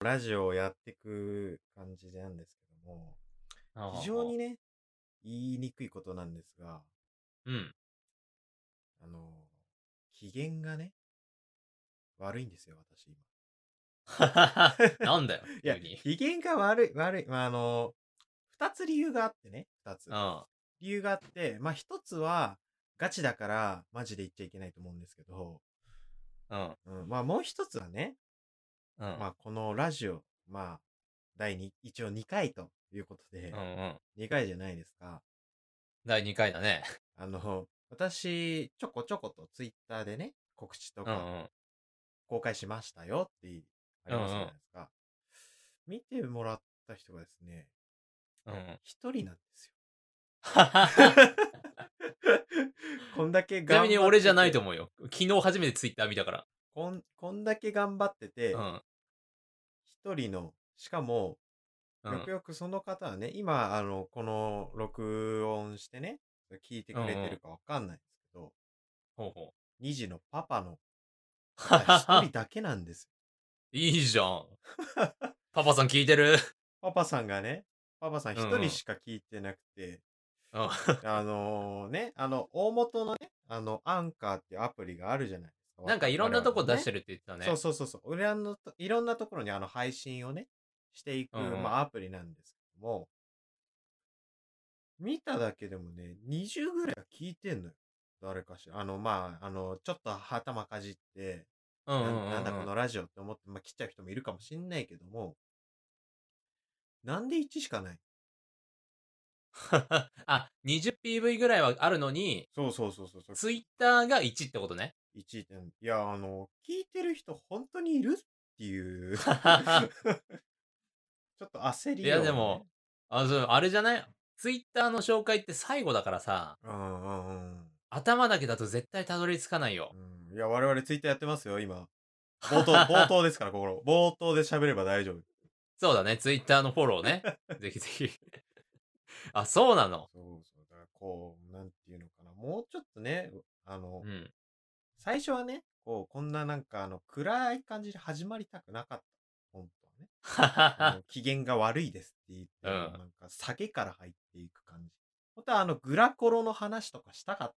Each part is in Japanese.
ラジオをやっていく感じなんですけども、ああ非常に。ね、言いにくいことなんですが、うん。あの、機嫌がね、悪いんですよ、私今。 なんだよ、いや、急に。機嫌が悪い、悪い。まあ、あの、二つ理由があってね、二つう。ん。理由があって、まあ、一つは、ガチだから、マジで言っちゃいけないと思うんですけど、うん。うん、まあ、もう一つはね、うん。まあ、このラジオ、まあ、第2、一応2回ということでう、んうん。 2回じゃないですか。第2回だね。あの、 私、ちょこちょことツイッターでね、告知とうんうかん。公開しましたよってありますじゃないですか。見てもらった人がですね、うんうん。一人なんですよ。ちこんだけ頑張っててなみに俺じゃないと思うよ。昨日初めてツイッター見たから。こん、こんだけ頑張っててう、ん。一人の、しかも、うよくん。よくその方はね、今、あの、この録音してね、聞いてくれてるかわかんないんですけど、ほう ほ2児のパ パの一う。人だけなんですよいいじ ゃん。パパさん聞いてるパパさんがね、パパさん一うんうん人しか聞いてなくて、うん。あのね、あの、大元のね、あの、アンカーっていうアプリがあるじゃないですか。なんかいろんなとこ出してるるって言ってたね。そうそうそうそう。俺あのと、いろんなところにあの配信をね、していく、うんうんまあアプリなんですけども、見ただけでもね、20ぐらいは聞いてんのよ。誰かしら。あの、まあ、あの、ちょっと頭かじって、うんうなんうんん。なんだこうんのラジオって思って、まあ、切っちゃう人もいるかもしんないけども、なんで1しかないあ、20PV ぐらいはあるのに、そうそうそうそうそう。ツイッターが1ってこと ね。 1点。いや、あの、聞いてる人本当にいるって いう。ちょっと焦りを、いやでも、、あそうあれじゃないツイッターの紹介って最後だからさ、うんうんうん。頭だけだと絶対たどり着かないよ。うん、いや、我々ツイッターやってますよ、 今。冒頭、冒頭ですから、心。冒頭で喋れば大丈夫。そうだね、ツイッターのフォロ ーね。ぜひぜひ。あ、そうなの。そうそう。だからこう、なんていうのかな。もうちょっとね、あの、うん。最初はね、こう、こんななんか、あの、暗い感じで始まりたくなかった。本当はね。あの機嫌が悪いですって言って、うんなんか、下げから入っていく感じ。本当はあの、グラコロの話とかしたかっ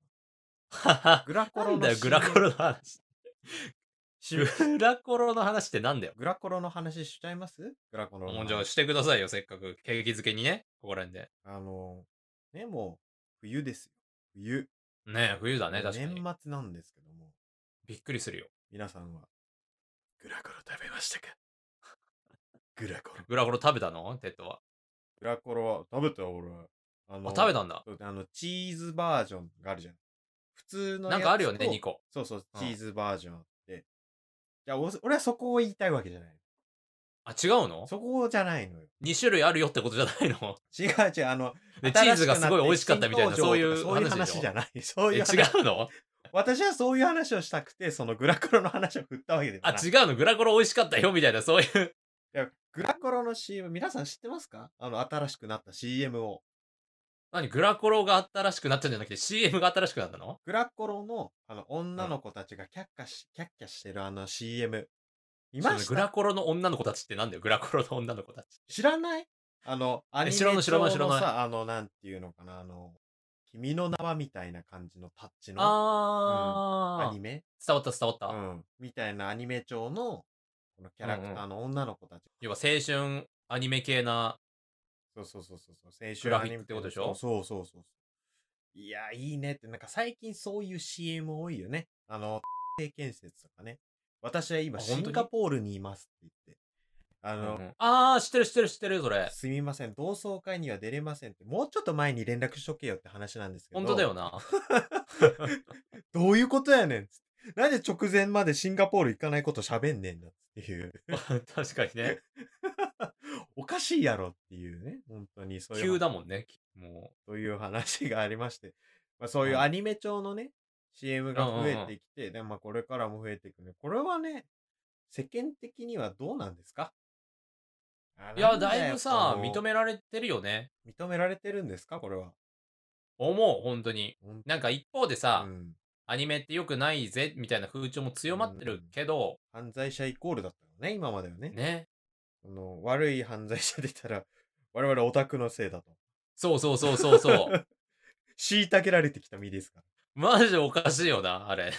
なた。グラコ ロのんだよ、 CM グラコロの話。 しグラコロの話ってなんだよ。グラコロの話しちゃいますグラコロのもう話。じゃあしてくださいよ、せっかく。景気づけにね、ここら辺で。あの、ね、もう、冬ですよ。冬。ねえ冬だね、確かに。年末なんですけども、びっくりするよ。皆さんは、グラコロ食べましたか グラコロ。グラコロ食べたのテッドは。グラコロは食べたよ、俺。あのあ、食べたんだ。そうあの、チーズバージョンがあるじゃん。普通のやなつとんかあるよね、2個。そうそう、うんチーズバージョンあって。じゃあ、お俺はそこを言いたいわけじゃない。あ、違うのそこじゃないのよ。 ?2 種類あるよってことじゃないの違う違う、あの、で、チ新しくなってーズがすごい美味しかったみたいな、新そうい登場とうかそういう話でし話ょじゃない。 そうえいう違話。うの私はそういう話をしたくて、そのグラコロの話を振ったわけではあ、ない。違うのグラコロ美味しかったよみたいな、そう いう。いや、グラコロの CM、皆さん知ってますかあの、新しくなった CM を。何グラコロが新しくなったんじゃなくて CM が新しくなったのグラコロの、あの、女の子たちがキャッカし、キャッキャしてるあの CM。いまそのしグラたコロの女の子たちってなんだよグラコロの女の子たち。知らないあの、アニメ知らない知ら調ない知らのないさ、あの、なんていうのかな、あの、君の名はみたいな感じのタッチのあアー、ニメ伝わった伝わった。うん。みたいなアニメ調の、このキャラクターの女の子たち。要は青春アニメ系な、そうそうそうそうそう。青グ春ラアフィニメックってことでしょそうそうそうそう。いや、いいねって、なんか最近そういう CM 多いよね。あの、建設とかね。私は今あシ本当にンガポールにいますって言って。あうの、んあー、知ってる知ってる知ってる、それ。すみません、同窓会には出れませんって、もうちょっと前に連絡しとけよって話なんですけど。本当だ よ。な。どういうことやねんっつってなんで直前までシンガポール行かないこと喋んねんだっていう。確かにね。おかしいやろっていうね。本当にそういう話急だもんね。もという話がありまして、まあ、そういうはいアニメ調のね、CM が増うんうえんうんてきて、でまあ、これからも増えていくね。これはね、世間的にはどうなんですかあう。いや、なんだいぶさ、こう認められてるよね。認められてるんですかこれは。思う、本当に。ほんなんか一方でさ、うんアニメって良くないぜ、みたいな風潮も強まってるけど、犯罪者イコールだったよね、今まではね。ね。その悪い犯罪者でいたら、我々オタクのせいだと。そうそうそうそうそう。虐げられてきた身ですから。マジおかしいよな、あれ。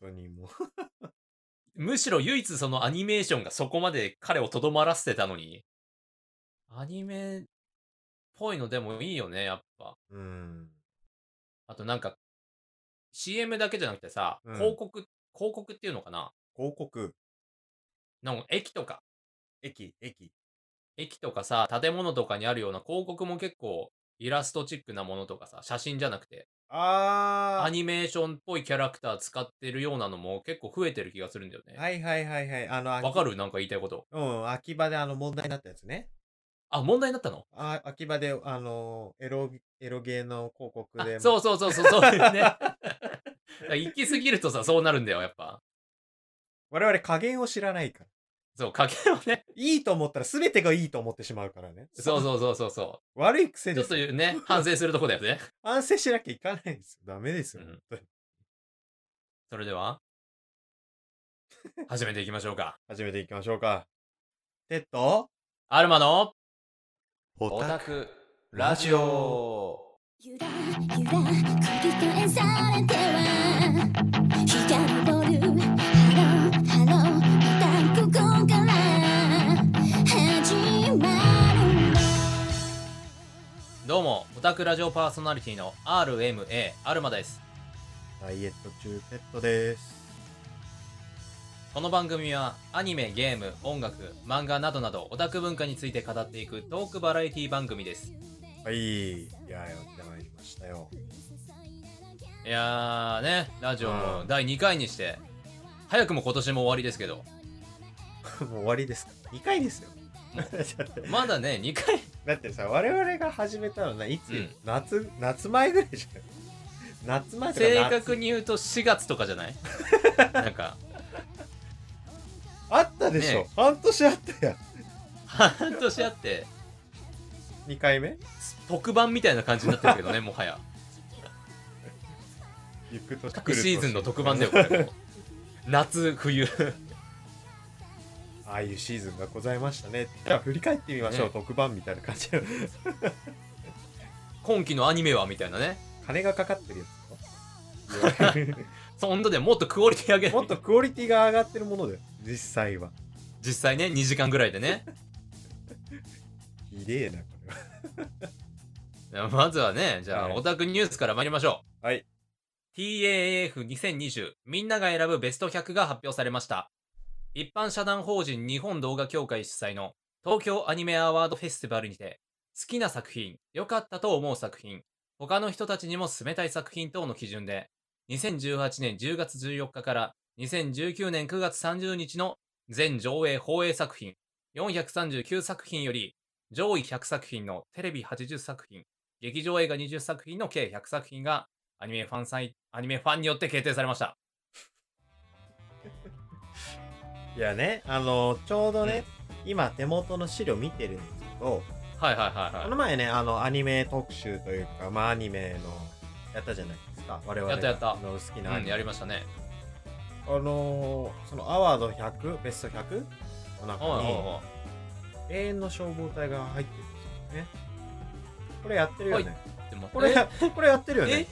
本当にもう。むしろ唯一そのアニメーションがそこまで彼をとどまらせてたのに。アニメっぽいのでもいいよね、やっぱ。うん。 あとなんか、CM だけじゃなくてさ、うん広告、広告っていうのかな広告、なんか駅とか、駅、駅。駅とかさ、建物とかにあるような広告も結構イラストチックなものとかさ、写真じゃなくて、あー。アニメーションっぽいキャラクター使ってるようなのも結構増えてる気がするんだよね。はいはいはいはい。あの、わかるるなんか言いたいこと。うん、秋葉であの問題になったやつね。あ、問題になったのあ秋葉で、あの、エロ、エロゲーの広告あで。そうう。そうそうそう、そういうね。だから行き過ぎるとさ、そうなるんだよ、やっぱ。 我々加減を知らないから。そう、賭けをね。いいと思ったら全てがいいと思ってしまうからね。そうそうそうそうそ 悪い癖う。ちでょっすとよ。ね、反省するとこだよね。反省しなきゃいかないんですよ。ダメですよ。うん本当にそれでは、始めていきましょうか。始めていきましょうか。テッドアルマのオオタタククラジオ。ゆらゆら繰り返されては日が昇るハローハローまたここから始まるどうも、オタクラジオパーソナリティの RMA アルマです。ダイエット中ペットです。この番組はアニメ、ゲーム、音楽、漫画などなどオタク文化について語っていくトークバラエティ番組です。はい。いやー、やってまいりましたよ。 いやーね、ラジオも第2回にして、早くも今年も終わりですけど、もう終わりですか ?2 回ですよ。だってまだね、2回、 だってさ、我々が始めたのないつ、うん夏、夏前ぐらいじゃない夏前とか正夏確に言うと4月とかじゃない なんか、あったでしょ、ね半年あったやん。半年あって、 2回目特番みたいな感じになってるけどね、もはや。行くと各シーズンの特番だよ、こ れも。夏、冬。ああいうシーズンがございましたね。では振り返ってみましょう、ね特番みたいな感じ。今期のアニメはみたいなね。金がかかってるやつ よそんとでもっとクオリティ上げないもっとクオリティが上がってるものだよ、実際は。実際ね、2時間ぐらいでね。ひでえな、これは。まずはね、じゃあ、はいオタクニュースから参りましょう。はい。 TAAF2020 みんなが選ぶベスト100が発表されました。一般社団法人日本動画協会主催の東京アニメアワードフェスティバルにて、好きな作品、良かったと思う作品、他の人たちにも勧めたい作品等の基準で、2018年10月14日から2019年9月30日の全上映放映作品439作品より上位100作品のテレビ80作品、劇場映画20作品の計100作品がアニメファンサイアニメファンによって決定されました。いやね、あの、ちょうどね、今手元の資料見てるんですけど、はいはいはいこはの前ね、あの、アニメ特集というか、まあ、アニメの、やったじゃないですか。我々やったやったの好きい。なアうニん、メ。やりましたね。あのーそのアワード100、ベスト 100? のおいお中に、い永遠の消防隊が入ってるんですよね。これやってるよね。おいでも。これ、 これやってるよね。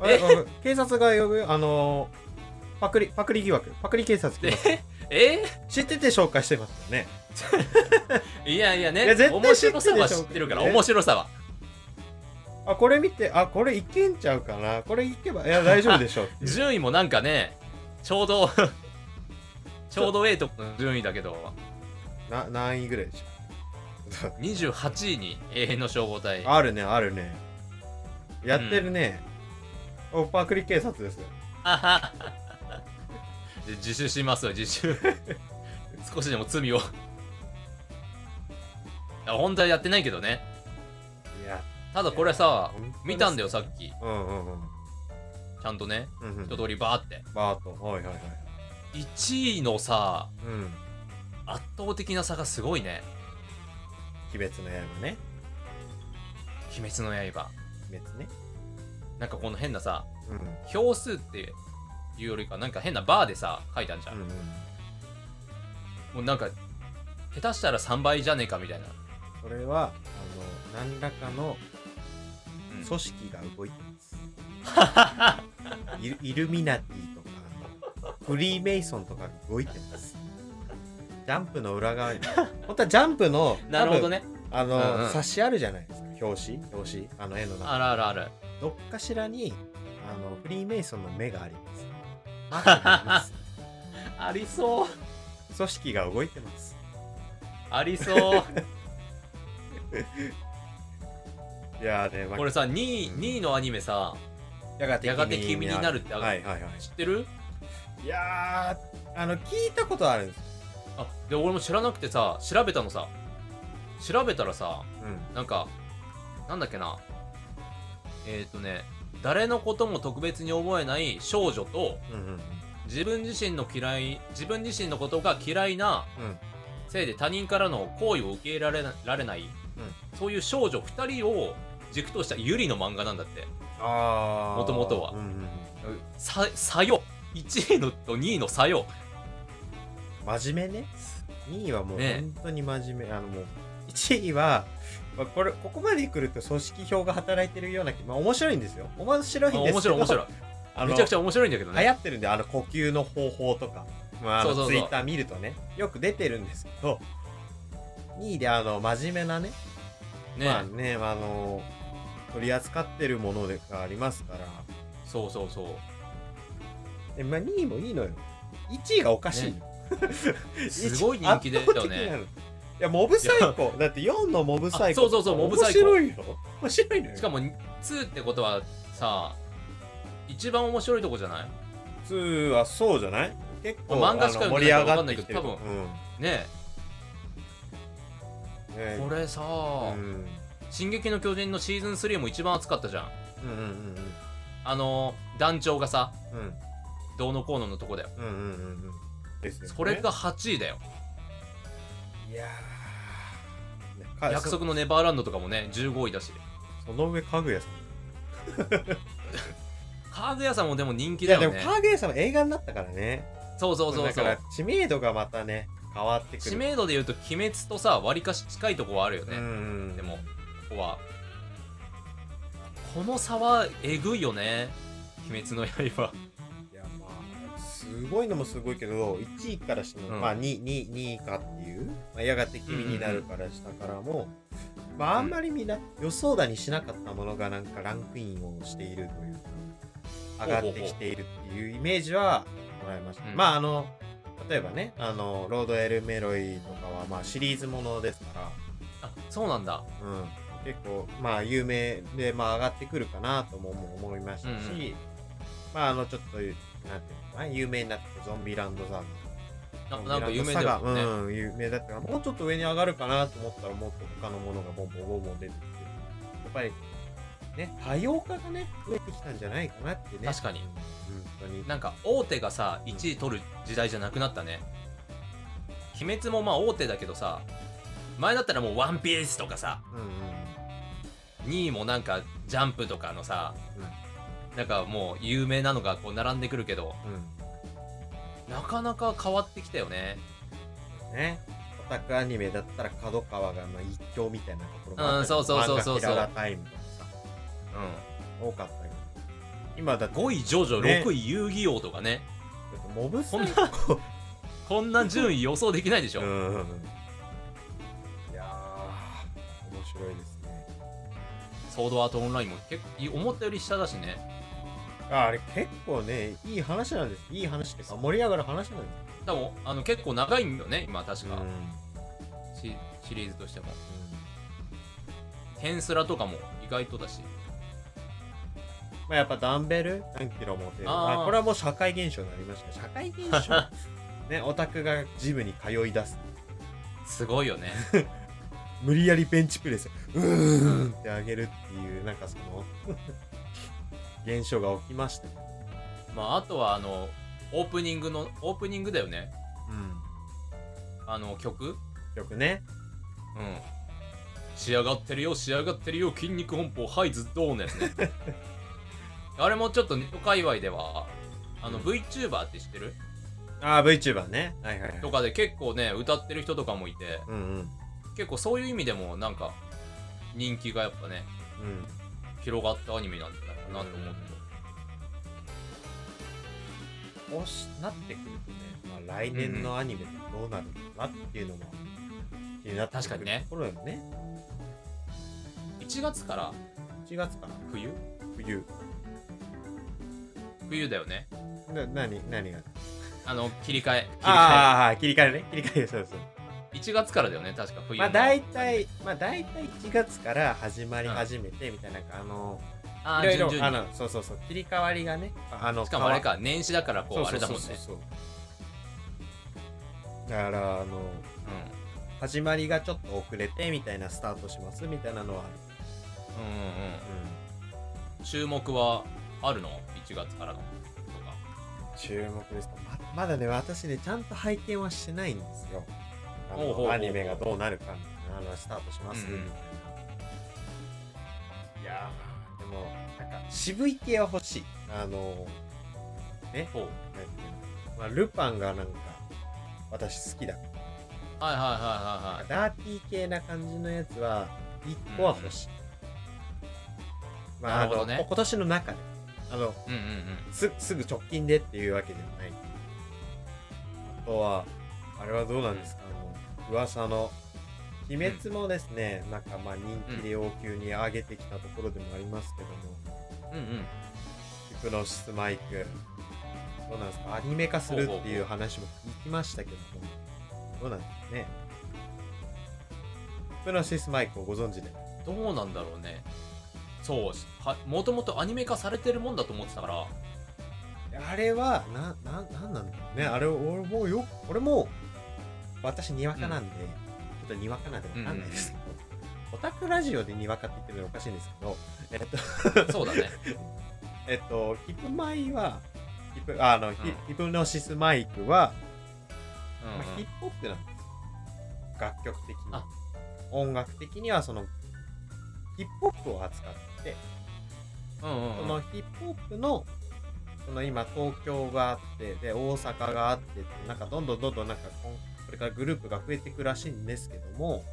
あれえあの警察が呼ぶよあのーパクリ、パクリ疑惑。パクリ警察来えます。え知ってて紹介してますよね。えいやいやいねや絶対面白さ知ってるではしょ知ってるから、ね面白さは。あ、これ見て、あ、これいけんちゃうかな。これいけば、いや、大丈夫でしょう っていう。順位もなんかね、ちょ うど、ちょうど A とこの順位だけど、な何位ぐらいでしょう28位に永遠の消防隊。あるね、あるね。やってるね。おパクリ警察ですよ。あはは で自首しますよ自 首少しでも罪をいや本当はやってないけどねいや、ただこれさ本当です見たんだよさっきちうんうんうん。ゃんとねうんうん一通りバーってバート。はいはいはい。 1位のさうん。圧倒的な差がすごいね鬼滅の刃ね。 「鬼滅の刃鬼滅ね。」なんかこの変なさうん。票数っていうよりかなんか変なバーでさ書いたんじゃん、うんうん。もうなんか下手したら3倍じゃねえかみたいな。それはあの何らかのうん組織が動いてます、イルイルミナティとかあのフリーメイソンとかが動いてますジャンプの裏側に本当はジャンプのなるほどね。多分あの、うんうん冊子あるじゃないですか表紙表紙あの絵の中あるあるある。どっかしらにあのフリーメイソンの目がありますマークがあります ありそう。組織が動いてますあり そう。いやーね、まあこれさ、2位、2位のアニメさ、やがやがて君になるってあるはいはいはい知ってるいやーあの聞いたことあるんですよあ、で、俺も知らなくてさ、調べたのさ。調べたらさ、うんなんか、なんだっけな。えっ、とね、誰のことも特別に思えない少女と、うんうん自分自身の嫌い、自分自身のことが嫌いなうんせいで他人からの好意を受け入れられなられない、そういう少女2人を軸としたユリの漫画なんだって。ああ元々はうんうんうんさ、さよ !1 位のと2位のさよ真面目ね2位はもうね本当に真面目、あのもう1位は、まあ、これここまで来ると組織票が働いてるような気まあ面白いんですよ面白いんですけど面白い面白い。あのめちゃくちゃ面白いんだけど流ね。行ってるんであの呼吸の方法とか、まあ、あそうそうのそツうイッター見るとねよく出てるんですけど2位であの真面目なねね、まあねあの取り扱ってるものでがありますからそうそうそう。で、まあ、2位もいいのよ1位がおかしいの、すごい人気だ圧よ倒的なね。のいや、モブサイコ。だって4のモブサイコ。あそうそうそうモブサイコ面白いよ。面白いのよ。しかも2ってことはさ、一番面白いとこじゃない2はそうじゃない結構まあ漫画しかあの読盛んでりない上からがわかっんてないけきてどる。多うんねねこれさ、うん進撃の巨人のシーズン3も一番熱かったじゃん。うんうんあの、団長がさ、うんうん。どうのこうののとこだよ。うんうんうんうんうん。ですよねそれが8位だよ。いやー約束のネバーランドとかもね、15位だし。その上、かぐやさん。かぐやさんもでも人気いだや、でよも、ね。かぐやさんは映画になったからね。そうそうそうそだうか。ら、知名度がまたね、変わってくる。知名度で言うと、鬼滅とさ、割りかし近いとこはあるようんうね。ん。でも、ここは。この差はえぐいよね。鬼滅の刃。いやまあすごいのもすごいけど1位からしても、うんまあ 2, 2, 2位かっていう、まあ、やがて君になるからしたからも、まああんまりみんな予想だにしなかったものがなんかランクインをしているというか上がってきているっていうイメージはもらいました、うんまああの例えばねあのロード・エル・メロイとかはまあシリーズものですから、あ、そうなんだ。うん、結構まあ有名で、まあ、上がってくるかなとも思いましたし、うんうまああのちょっとなんていうのかな有名になってゾンビランドサーなガなんか有名だよゾンビランドサね。ガうん、有名だったからもうちょっと上に上がるかなと思ったらもっと他のものがボンボンボンボン出てきてやっぱりね多様化がね増えてきたんじゃないかなってね確かにうん本当になんか、大手がさ、1位取る時代じゃなくなったね。鬼滅もまあ大手だけどさ、前だったらもうワンピースとかさ、うんうん2位もなんかジャンプとかのさ、なんかもう有名なのがこう並んでくるけどうんなかなか変わってきたよねうんねオタクアニメだったら角川がまあ一強みたいなところうんそうそうそうそうそう漫画平田タイムとかさう多かったよ今だっんて5位ジョジョ、ね6位遊戯王とかねモブサイコこんな順位予想できないでしょ、うんうんうんいやー面白いですねソードアートオンラインも結構思ったより下だしねああれ結構ねいい話なんですいい話っていうか盛り上がる話なんで多分あの結構長いんよね今確すよ、か、うんシシリーズとしてもテンスラとかも意外とだしまあ、やっぱダンベル何キロ持てるあーあこれはもう社会現象になりました社会現象ねオタクがジムに通い出すすごいよね無理やりベンチプレスうーんってあげるっていうなんかその 現象が起きましたよまああとはあのオープニングのオープニングだよねうんあの曲よくねうん。仕上がってるよ、仕上がってるよ、筋肉本舗、はい、ずっとね。あれもちょっとネット界隈では、あの、VTuber って知ってるああ、VTuber ね。はいはいはい。とかで結構ね歌ってる人とかもいてうんうん。結構そういう意味でもなんか人気がやっぱねうん。広がったアニメなんじゃないかなと思うこうしなってくるとね、まあ、来年のアニメってどうなるのかなっていうのも気になってくる確かにねところよね。けど1月から1月から冬冬。冬だよねな、なに、何があの切り替えああ、はい切り替えね。切り替え、そうそう。切り替え1月からだよね確か冬まのあ大体、まあ大体1月から始まり始めてみたいな、あの、あいーろい順ろ、あ々にの、そうそうそう、切り替わりがね、あの、しかもあれか年始だからこ変うわ、あれだもんねそうそうそうそうだから、あの、うん始まりがちょっと遅れてみたいなスタートしますみたいなのはある。うんうんううん注目はあるの1月からのとかん、注目ですかままだね、私ね、ちゃんと拝見はしてないんですよ。あほうほうほうほうのアニメがどうなるかみたいなあのスタートします、うんうんいやー、でも、なんか渋い系は欲しい。あの、ほうなんていうのまあ、ルパンがなんか、私好きだかはいはいはいはいはら、ダいーティー系な感じのやつは、1個は欲しい。まあ、あなるほの、どね今年の中で、あの、うんうんうんすすぐ直近でっていうわけではないあとはあれはどうなんですか、あの噂の鬼滅もですね、なんかまあ人気で要求に上げてきたところでもありますけども、うんうんヒプノシスマイクどうなんですかアニメ化するっていう話も聞きましたけどもどうなんですかねヒプノシスマイクをご存知でどうなんだろうねそうはもともとアニメ化されてるもんだと思ってたからあれはなななんなんだろうねあれ俺もよ俺も私にわかなんで、ちょっとにわかなんでわかんないですけど、オタクラジオでにわかって言ってるのはおかしいんですけどえっと そうだねえっとヒプマイはヒプあの、ヒうんヒプノシスマイクは、うんまあ、ヒッうプホップなんですよ楽曲的にあ音楽的にはそのヒップホップを扱ってんうんそうんうんのヒップホップのその今東京があってで大阪があってってなんかどんどんどんどんなんかこんこれからグループが増えていくらしいんですけどもはいはい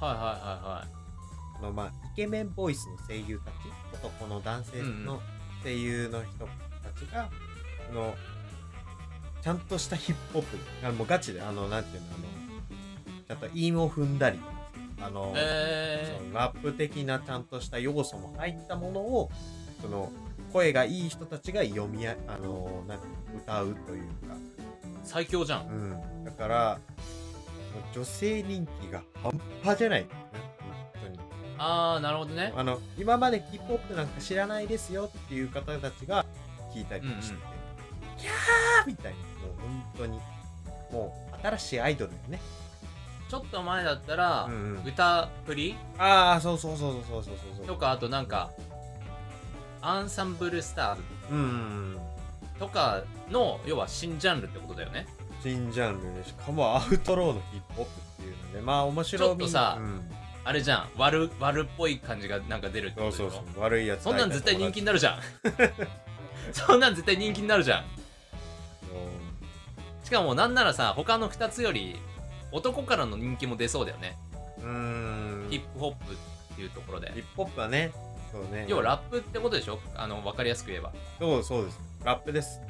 はそのまあイケメンボイスの声優たち男の男性の声優の人たちが、そのちゃんとしたヒップホップあのもうガチであのなんていうのあのちゃんと韻を踏んだりあのいはい、えそのラップ的なちゃんとした要素も入ったものをその声がいい人たちが読みああのなんていうの歌うというか、ー、最強じゃんうん、だから女性人気が半端じゃない、ね、本当にああなるほどねあの今までヒップホップなんか知らないですよっていう方たちが聞いたりしてて、うんキャーみたいなもう本当にもう新しいアイドルだよね、ちょっと前だったら、うんうん歌振りああそうそうそうそうそうそうそとうかあとなんかアンサンブルスターズうんうんうんとかの要は新ジャンルってことだよね新ジャンルでしかもアウトローのヒップホップっていうのでまあ面白みちょっとさうんあれじゃん悪悪っぽい感じがなんか出るってこそとうでしそょうそう悪いやつそんなん絶対人気になるじゃん そんなん絶対人気になるじゃんしかもなんならさ他の2つより男からの人気も出そうだよね、うんうんヒヒップホップっていうところでップホップはねそうね要はラップってことでしょあの分かりやすく言えばそうそうですラップです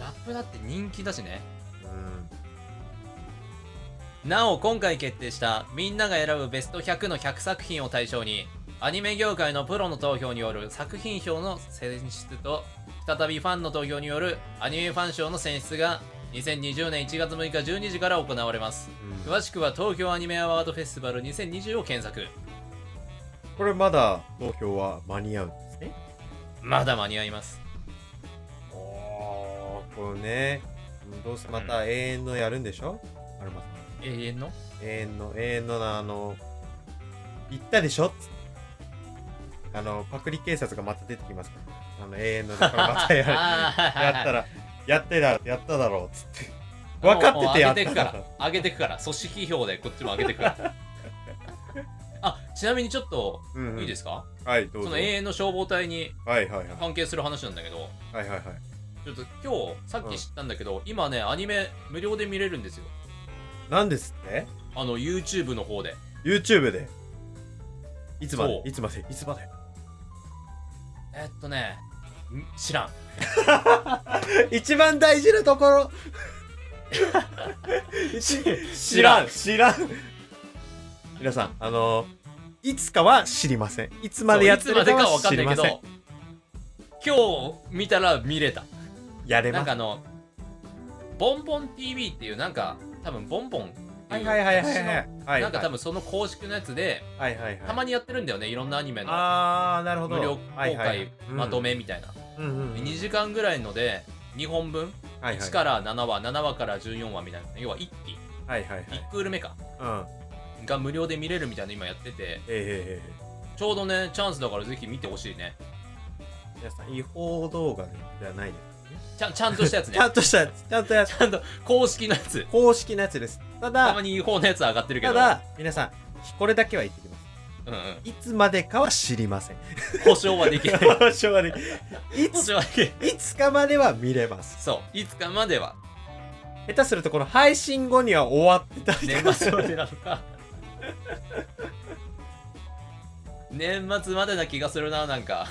ラップだって人気だしねうんなお今回決定したみんなが選ぶベスト100の100作品を対象にアニメ業界のプロの投票による作品賞の選出と再びファンの投票によるアニメファン賞の選出が2020年1月6日12時から行われますうん詳しくは東京アニメアワードフェスティバル2020を検索これまだ投票は間に合うんですねまだ間に合いますおおこれねどうせまた永遠のやるんでしょアルマさ永遠のん永遠の永遠のなあの言ったでしょっつってあのパクリ警察がまた出てきますからあの永遠のだからまた やるやったらら、やってら、やっただろうっつって。分かっててやった上げてくから上げてくから組織票でこっちも上げてくから あちなみにちょっとうんうんいいですか、はい、どうぞ。そのは永い遠の消防隊にはいはい。はい関係する話なんだけどはいはい。ちょっと今日さっき知ったんだけど、今ねアニメ無料で見れるんですよなんですってあの YouTube の方で ?YouTube で。いつまでそういつまでいつまで えっとねん知らん一番大事なとこ ろ知らん知らん皆さん、あのいつかは知りません。いつまでやってそうるいつかまでかはわか知んなりいまけせんど。今日見たら見れたやれなまんすかあ。のボンボン TV っていうなんか多分ボンボンってはいいうはいはいはいは雑誌いのはい。なんか多分その公式のやつではいはいはい。たまにやってるんだよねいろんなアニメのあー、なるほど。無料公はいはい開まと。めみたいな、うんうんうんうん2時間ぐらいので2本分、はいはい1から7話7話から14話みたいな要は1期はいはいはい。 1クール目かうん。が無料で見れるみたいなの今やっててえちょうどねチャンスだからぜひ見てほしいねえ皆さん、違法動画じゃないでちゃんちゃんとしたやつす。ね ちゃんとしたやつ。ちゃんとやつ。ちゃんと公式のやつ公式のやつです。たたまだ、に違法のやつ上がってるけたどだ、皆さん、これだけは言ってきます。うんうん、いつまでかは知りません。保証はで きないしょうがない。い保つ、証はできないいつかまでは見れます。そういつかまでは下手すると、この配信後には終わってたりと年か末までなの か年末までな気がするななんか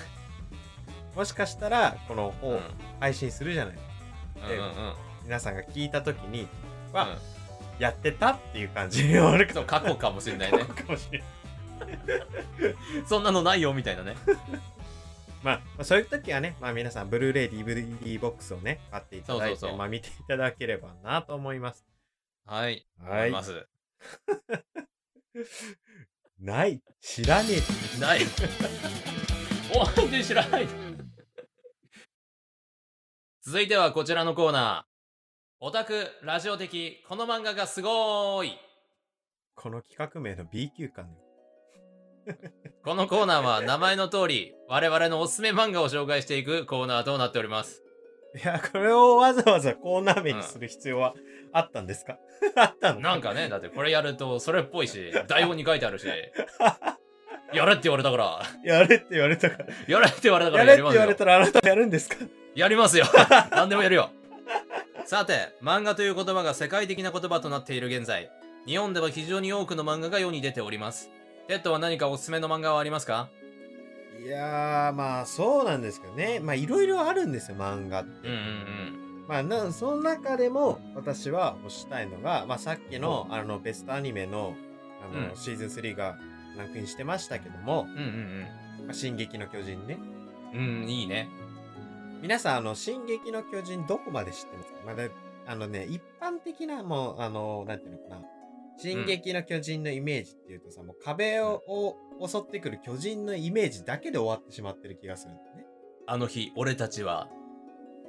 もしかしたら、このうんうん本、配信するじゃない。うんうん皆さんが聞いたときに、うはん、やってたっていう感じに終わるかそう過去かもし れないねもしれない。そんなのないよみたいなねまあ、まあそういう時はね、まあ皆さん、ブルーレイ DVD ボックスをね、買っていただいて、そうそうそうまあ見ていただければなと思います。はいは思いますない。知らねえって。ないおなんで知らないの続いてはこちらのコーナーオタクラジオ的この漫画がすごーいこの企画名の B 級感ね。このコーナーは名前の通り我々のおすすめ漫画を紹介していくコーナーとなっておりますいや、これをわざわざコーナー名にする必要はあったんですか、 あったのなんかねだってこれやるとそれっぽいし台本に書いてあるしやれって言われたからやれって言われたから。やれって言われたかやれらやっりてま言すよわれたらあなたやるんですかやりますよ 何でもやるよさて漫画という言葉が世界的な言葉となっている現在日本では非常に多くの漫画が世に出ておりますテッドは何かおすすめの漫画はありますかいやー、まあそうなんですけどね。まあいろいろあるんですよ、漫画って。うんうんまあ、なその中でも私は推したいのが、まあ、さっきのあのベストアニメのあの、うんシーズン3がランクインしてましたけどもうんうん「まあ進撃の巨人ね」うんうんうんいいね皆さんあの「進撃の巨人」どこまで知ってますか、まあ、だあのね一般的なもうあのなんていうのかな「進撃の巨人」のイメージっていうとさ、もう壁を,を、襲ってくる巨人のイメージだけで終わってしまってる気がするんだよね。あの日俺たちは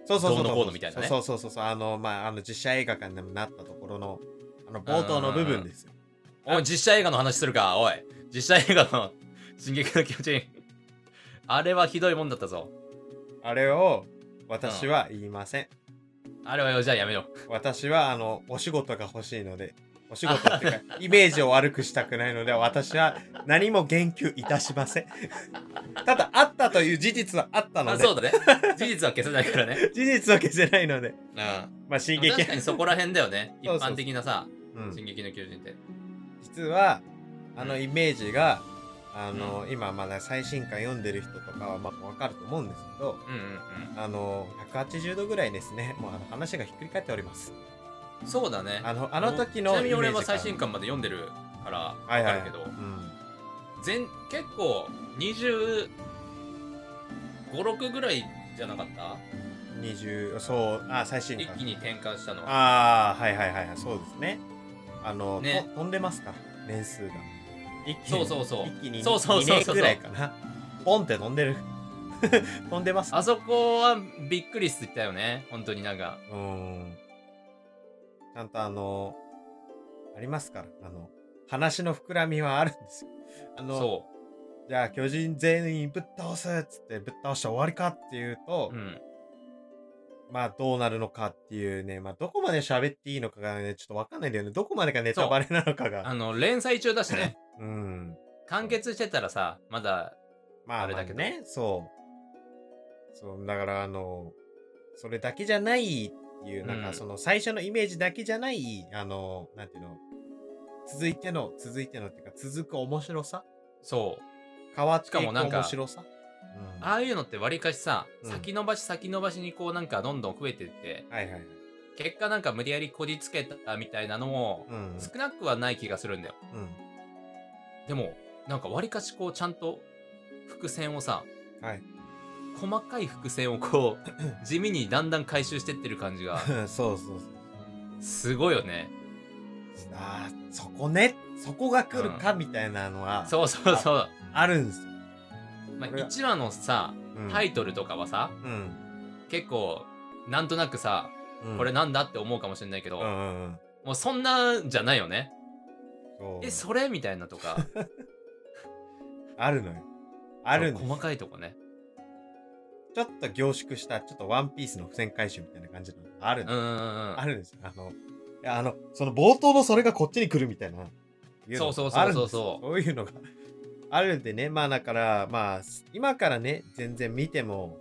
そうそうそうそう。どうのこうのみたいなねそうそうそうそう。あの、まあ、あの、実写映画館にもなったところの、あの、冒頭の部分ですよ。おい実写映画の話するかおい実写映画の 進撃の巨人あれはひどいもんだったぞあれを私は言いません。あれはよじゃあやめよ私はあのお仕事が欲しいので、お仕事 っていうかイメージを悪くしたくないので、私は何も言及いたしま せん。ただあったという事実はあったうのあで、そうだね事実は消せないからね事実は消せないので、 うまあ進ん撃確かにそこら辺だよね一そうそう般的なさうん進撃の巨人って実はあのイメージが、あの、今まだ最新刊読んでる人とかはまあわかると思うんですけど、うんうんあの180度ぐらいですね、もうあの話がひっくり返っております。うんそうだねあのあの時のちなみに俺イメーはジから最新刊まで読んでるからはいわはかいるけど、うん全結構2 5 6ぐらいじゃなかった20そうあ最新一刊気に転換したのああはいはいはいはいそうですねあの、ねと飛んでますから年数が一気にそうそうそう一気にそうそう2そう年そうくらいかなポンって飛んでる 飛んでますあそこはびっくりしてたよね本当になんかうんちゃんとあのありますからあの話の膨らみはあるんですよあのそじゃあ巨人全員ぶっ倒すっつってぶっ倒して終わりかっていうと、ううんまあどうなるのかっていうね、まあどこまで喋っていいのかがね、ちょっとわかんないんだよね。どこまでがネタバレなのかあが。の連載中だし ねうん。完結してたらさまだまあ、あれだけどまあね、そう。そう、だからあの、それだけじゃないっていう、なんうかんその最初のイメージだけじゃない、あの、なんていうの、続いての、続いてのっていうか、続く面白さそう変わっていくしかもなんか面白さうんああいうのってわりかしさ、うん先延ばし先延ばしにこうなんかどんどん増えてってはいはい。結果なんか無理やりこじつけたみたいなのもうん。少なくはない気がするんだようん。でもなんかわりかしこうちゃんと伏線をさはい。 細かい伏線をこ う地味にだんだん回収してってる感じがそうそうそう。すごいよねああ、そこね、そこが来るかみたいなのは、そうそうそう、あるんですよ。まあ、これは1話のさうんタ。イトルとかはさうん。結構なんとなくさうんこれなんだって思うかもしれないけど、うんうんうん。もうそんなんじゃないよねそうえそれみたいなとかあるのよ。 あるんです細かいとこねちょっと凝縮した、ちょっとワンピースの付箋回収みたいな感じのあるうの、んうんうんあるんですよ。あの、いやあの、その冒頭のそれがこっちに来るみたいな。いのがそうそうそうそうあるんですよそうそういうのがあるんでね、まあだから、まあ、今からね、全然見ても、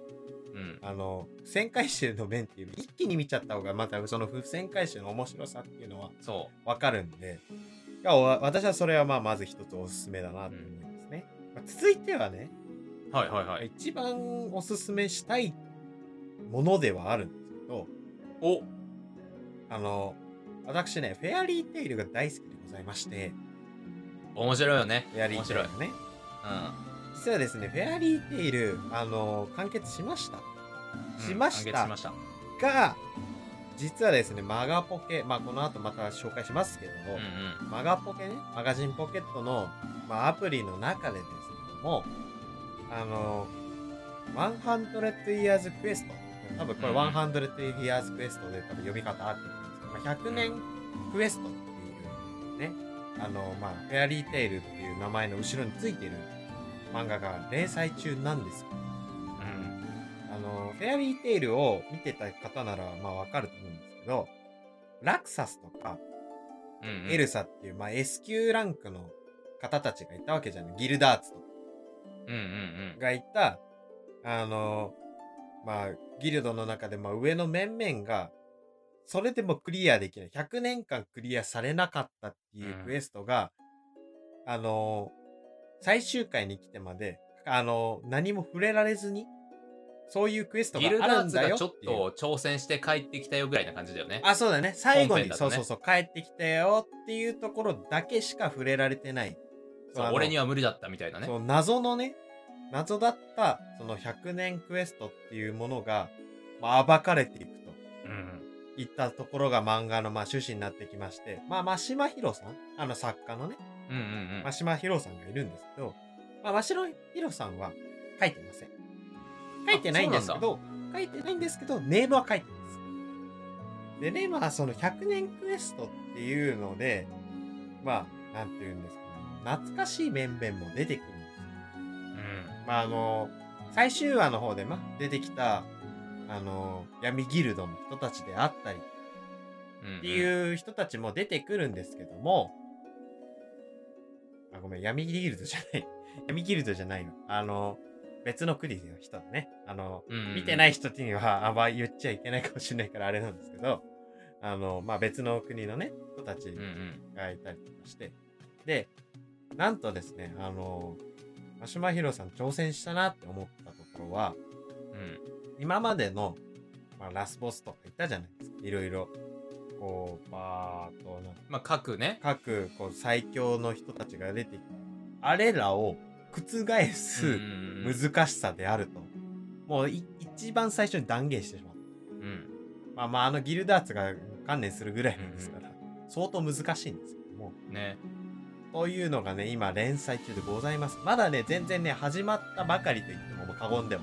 うんあの、付箋回収の面っていうより一気に見ちゃった方が、またその付箋回収の面白さっていうのはそわかるんで、いやお私はそれはまあ、まず一つおすすめだなと思いますね。まあ続いてはね、うはいはいはい一番おすすめしたいものではあるんですけど、おあの、私ね、フェアリーテイルが大好きでございまして、面白いよねフェアリー面テイ白いルね。う実はですね、フェアリーテイル、あの、完結しました。んしましうんた完結しましたが、実はですね、マガポケ、まあこの後また紹介しますけどうも、んうんマガポケね、マガジンポケットの、まあ、アプリの中でですけども、あの、100 years quest。多分これうんうん100 years quest で多分読み方あってるんですけど、まあ、100年クエストっていうね、あの、まあ、フェアリーテイルっていう名前の後ろについてる漫画が連載中なんですよ。うんあの、フェアリーテイルを見てた方なら、まあわかると思うんですけど、ラクサスとか、うんうんエルサっていう、まあ、S 級ランクの方たちがいたわけじゃない。ギルダーツとかうんうんがいた、あの、まあ、ギルドの中で、まあ、上の面々が、それでもクリアできない。100年間クリアされなかったっていううんクエストが、あの、最終回に来てまで、あの、何も触れられずに、そういうクエスうトんがギルあダるーんツだがよっちてょいう。っと挑戦して帰ってきたよぐらいな感じだよねあ、そうだね。最後に、本編だとそうねそうそう、帰ってきたよっていうところだけしか触れられてない。そうあの俺には無理だったみたいなねそう謎のね、謎だった、その100年クエストっていうものが、まあ、暴かれていくとうんいったところが漫画のまあ趣旨になってきまして、まあ、真島博さん、あの作家のね、うんうんうん真島博さんがいるんですけど、まあ、真島博さんは書いてません。書いてないんですけど、書いてないんですけど、ネームは書いてます。でね、まあ、その100年クエストっていうので、まあ、なんて言うんですかね、懐かしい面々も出てくるんですようんまああの、最終話の方で、ま、出てきた、あの、闇ギルドの人たちであったりっうんていう人たちも出てくるんですけども、あ、ごめん、闇ギルドじゃない。 闇ギルドじゃないの。あの、別の国の人だね。あの、うんうん見てない人には、あんま言っちゃいけないかもしれないからあれなんですけど、あの、まあ、別の国のね、人たちうんうんがいたりとかして。で、なんとですね、あの、マシュマヒロさん挑戦したなって思ったところは、うん今までの、まあ、ラスボスとかいたじゃないですか。いろいろ、こう、バーっとな、まあ各ね各、こう、最強の人たちが出てきて、あれらを覆すむ難しさであると。もうい、一番最初に断言してしまった。うんまあまあ、あのギルダーツが観念するぐらいなんですから、相当難しいんですけども、ねというのがね、今連載中でございます。まだね、全然ね、始まったばかりと言ってももう過言では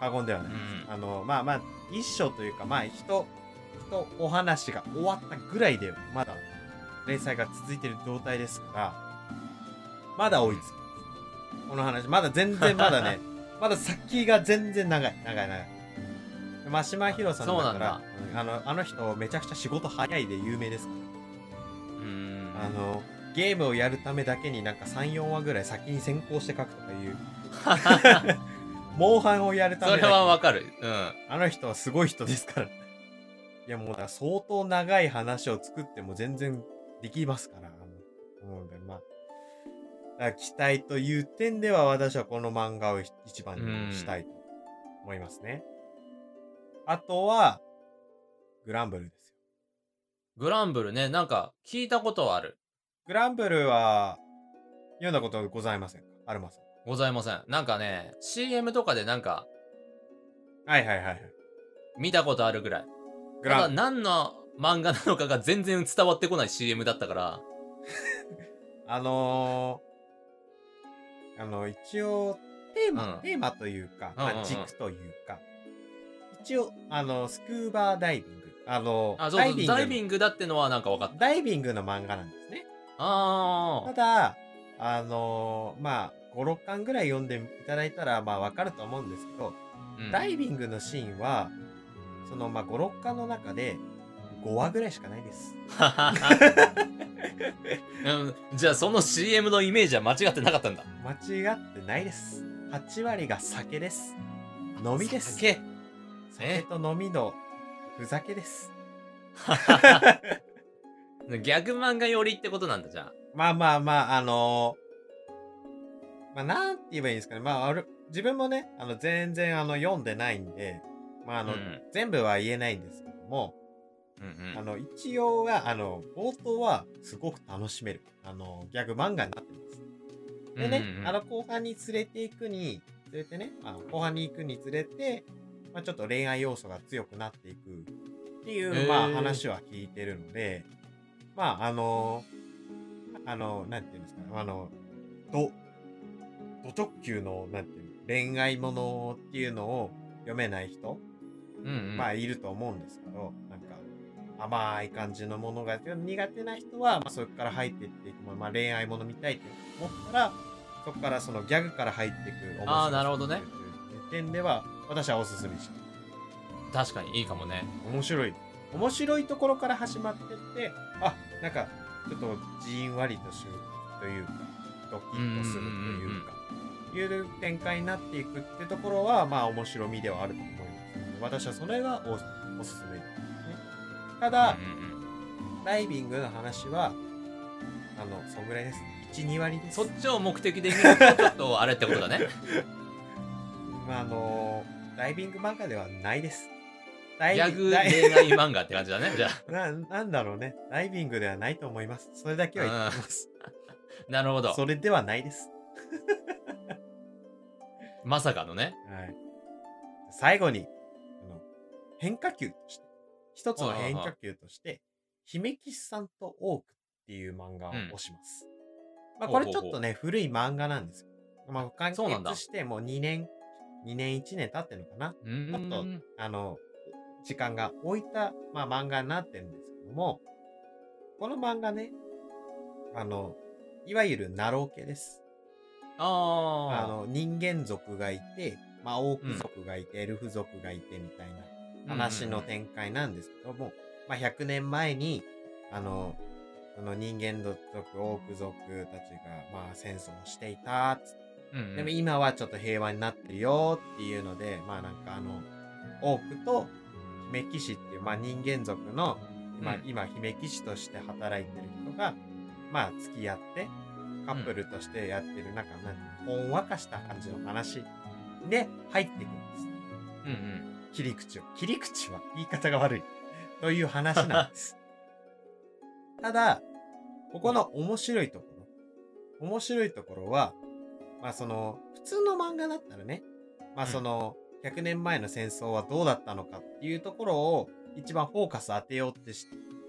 過言ではうない。んあの、まあまあ、一章というか、まあ、人、人、お話が終わったぐらいで、まだ連載が続いてる状態ですから、まだ追いつく。この話、まだ全然ま だね、まだ先が全然長い、長い長い。真島ひろさんだそうなかんらだ、うんあの、あの人めちゃくちゃ仕事早いで有名ですから。うんあの、ゲームをやるためだけになんか3、4話ぐらい先に先行して書くとかいう、 モンハンをやるためそだけれはわかる。うん。あの人はすごい人ですから。い や、もうだから相当長い話を作っても全然できますから。思うんで、まあ。だから期待という点では私はこの漫画を一番にしたいと思いますね。あとは、グランブルですよ。グランブルね、なんか聞いたことはある。グランブルは、読んだことはございませんかアルマさん。ございません。なんかね、CM とかでなんかはいはいはいはい。見たことあるぐらい。グたラだン何の漫画なのかが全然伝わってこない CM だったから。あのー、あの、一応、テーマ、うんテーマというか、うんうんうんまあ、軸というか、一応、あの、スクーバーダイビング、あの、あ、そうそう、ダイビングングだってのはなんか分かった。の、ダイビングの漫画なんですね。あたー。だ、あのーまあ、5、6巻ぐらい読んでいただいたら、まあ、わかると思うんですけど、うんダイビングのシーンは、その、まあ、5、6巻の中で、5話ぐらいしかないです。 うんじゃあその CM のイメージは間違ってなかったんだ。間違ってないです。8割が酒です。飲みです。酒酒と飲みのふざけです。ギャグ漫画よりってことなんだじゃあ。まあまあまあ、あのーまあなんて言えばいいんですかね。まあ、ある、自分もね、あの、全然あの、読んでないんで、まああの、うん全部は言えないんですけども、うんうんあの、一応は、あの、冒頭はすごく楽しめる。あの、ギャグ漫画になってます。でね、うんうんあの、後半に連れていくに、連れてね、あの後半に行くにつれて、まあちょっと恋愛要素が強くなっていくっていう、へーまあ話は聞いてるので、まああの、あの、なんていうんですかね、あの、ど、ド直球の、なんていうの、恋愛ものっていうのを読めない人、うんうんまあいると思うんですけど、なんか、甘い感じのものが苦手な人は、まあ、そこから入っていって、まあ、恋愛もの見たいって思ったら、そこからそのギャグから入っていく面白さあーなるほどねという点では、私はおすすめします。確かにいいかもね。面白い。面白いところから始まってって、あ、なんか、ちょっとじんわりとするというか、ドキッとするというか、いう展開になっていくってところは、まあ面白みではあると思いますので。私はそれがおおすすめですね。ただ、うんうんダイビングの話は、あの、そんぐらいです。1、2割です。そっちを目的で見るとちょっとあれってことだ ね。まあ、あの、ダイビング漫画ではないです。ダギャイビンググ、恋ダイ 愛漫画って感じだね。じゃあ。ななんだろうね。ダイビングではないと思います。それだけは言ってます。 なるほど。それではないです。まさかのね。はい。最後に、あの変化球として、一つのはいはい変はい化球として、姫岸さんとオークっていう漫画をうん推します。まあほこうれほうちほょうっとね、古い漫画なんですよ。まあ完そうなんだ結してもう2年、2年1年経ってるのかなうーちょっん。あの、時間が置いた、まあ、漫画になってるんですけども、この漫画ね、あの、いわゆるナロー系です。ああの、人間族がいて、まあ、オーク族がいて、エルフ族がいて、みたいなあ。話の点。展開なんですけども、まあ、100年前に、あの、この人間族、オーク族たちが、まあ、戦争をしていた、つうんうんでも今はちょっと平和になってるよっていうので、まあなんかあの、オークと姫騎士っていう、まあ人間族の、まあうん今姫騎士として働いてる人が、まあ付き合って、カップルとしてやってる、なんか、なんかほんわかした感じの話で入ってくるんです。うんうん切り口を。切り口は言い方が悪い。という話なん です。ただ、ここの面白いところ。面白いところは、まあその、普通の漫画だったらね、まあその、100年前の戦争はどうだったのかっていうところを一番フォーカス当てようってし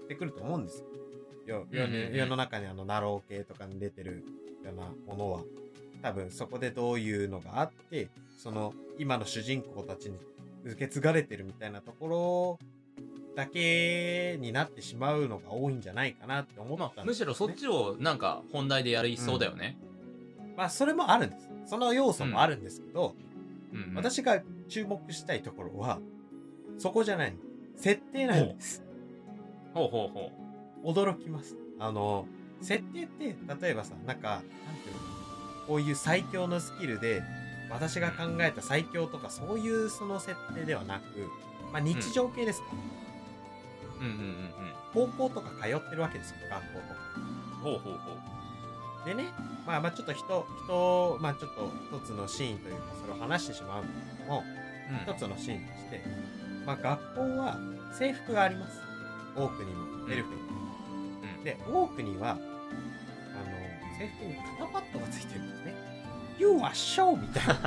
てくると思うんですよ。よ世うんうんうん世の中にあの、ナロー系とかに出てるようなものは、多分そこでどういうのがあって、その、今の主人公たちに受け継がれてるみたいなところだけになってしまうのが多いんじゃないかなって思ったんまです、ねあ、むしろそっちをなんか本題でやりそうだよね。まあそれもあるんですその要素もあるんですけど、うんうん、私が注目したいところはそこじゃない設定なんですほうほうほ驚きますあの設定って例えばさなんかなんていうのこういう最強のスキルで私が考えた最強とかそういうその設定ではなく、まあ、日常系ですから、うんうんうん高校とか通ってるわけですよ学校とか。うんほうほうほうでね、まあまあちょっと人、人、まあちょっと一つのシーンというか、それを話してしまうんですけども、うん一つのシーンとして、まあ学校は制服があります。多くにも、エルフにも。うんで、多くには、あの、制服に肩パッドがついてるんですね。You are show! みたいな。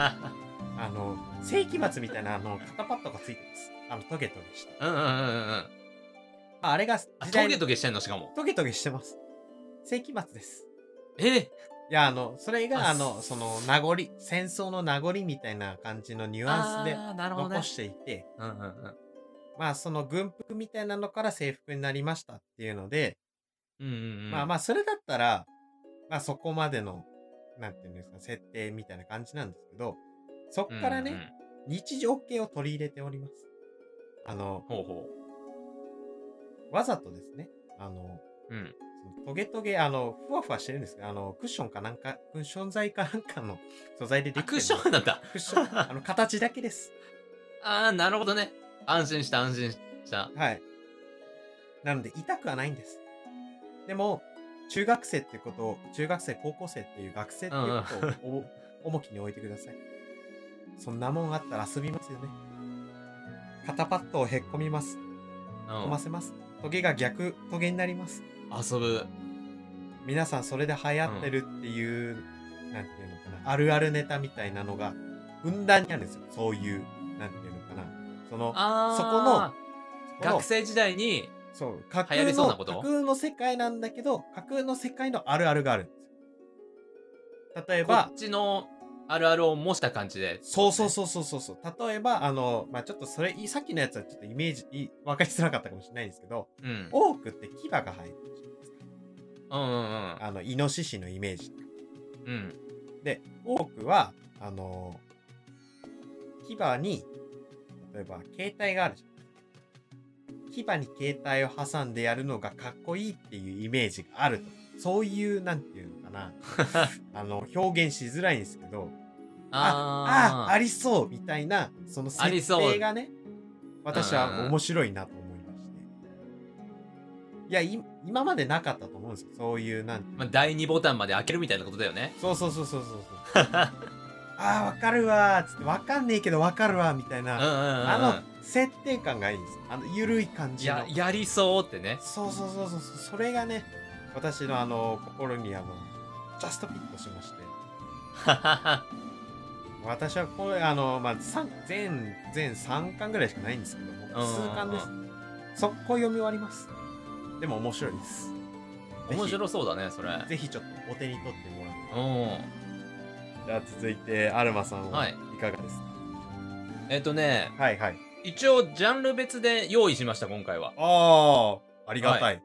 あの、世紀末みたいなあの、肩パッドがついてます。あの、トゲトゲして。うんうんうんうんうんああれが時あ代トのゲトゲしてんのしかもトゲトゲしてます。世紀末です。えいや、あの、それが、ああの、その、名残、戦争の名残みたいな感じのニュアンスであーなるほどね残していて、うんうんうんまあ、その軍服みたいなのから制服になりましたっていうので、うんうんうんまあまあ、それだったら、まあ、そこまでの、なんていうんですか、設定みたいな感じなんですけど、そっからね、うんうん日常系を取り入れております。あの、ほうほわざとですね、あの、ううんそのトゲトゲ、あの、ふわふわしてるんですけど、あの、クッションかなんか、クッション材かなんかの素材でできてあるクッションなんだクッショ ン、あの、形だけです。ああなるほどね安心した安心したはい。なので、痛くはないんです。でも、中学生ってことを、中学生、高校生っていう学生っていうことをお 重きに置いてください。そんなもんあったら遊びますよね。肩パッドをへっこみます。うんこませます。トゲが逆トゲになります。遊ぶ皆さんそれで流行ってるっていう、なんていうのかな、あるあるネタみたいなのが、ふんだんにあるんですよ。そういう、なんていうのかな。その、そこのあそあこの学生時代にそう、架流空行りそうのなこと架空の世界なんだけど、架空の世界のあるあるがあるんですよ。例えこばっ、ちのあるあるを模した感じでそうそうそうそうそうそう。例えば、あの、まあ、ちょっとそれ、いさっきのやつはちょっとイメージ、い分かりづらかったかもしれないんですけど、うん多くって牙が生えてるじゃないですか。うんうんうんあの、イノシシのイメージ。うんで、多くは、あの、牙に、例えば、携帯があるじゃん。牙に携帯を挟んでやるのがかっこいいっていうイメージがあると。そういう、なんていうのか な。あの、表現しづらいんですけど、ああ、あーありそうみたいな、その設ありそう定がね、私うんうんはうん面白いなと思いまして。いや、い今までなかったと思うんですよ。そういう、なんていうのまあ、第2ボタンまで開けるみたいなことだよねそうそうそうそうそうそう。 ああ、わかるわーっつって、わかんねえけどわかるわーみたいうんうんな、うんうんあの、設定感がいいんです。あの、ゆるい感じのや。やりそうって ねそうそうそうそう、それがね、私のあの、心にあの、ジャストピットしまして、私はこれ、あの、まあ、三全、全3巻ぐらいしかないんですけども、うんうんうん数巻です。速攻読み終わります。でも面白いです。ぜひ面白そうだねそれぜひちょっとお手に取ってもらって。うんじゃあ続いて、アルマさんははいいかがですか、えっとねはい、はい。一応ジャンル別で用意しました今回はああ、ありがたい。は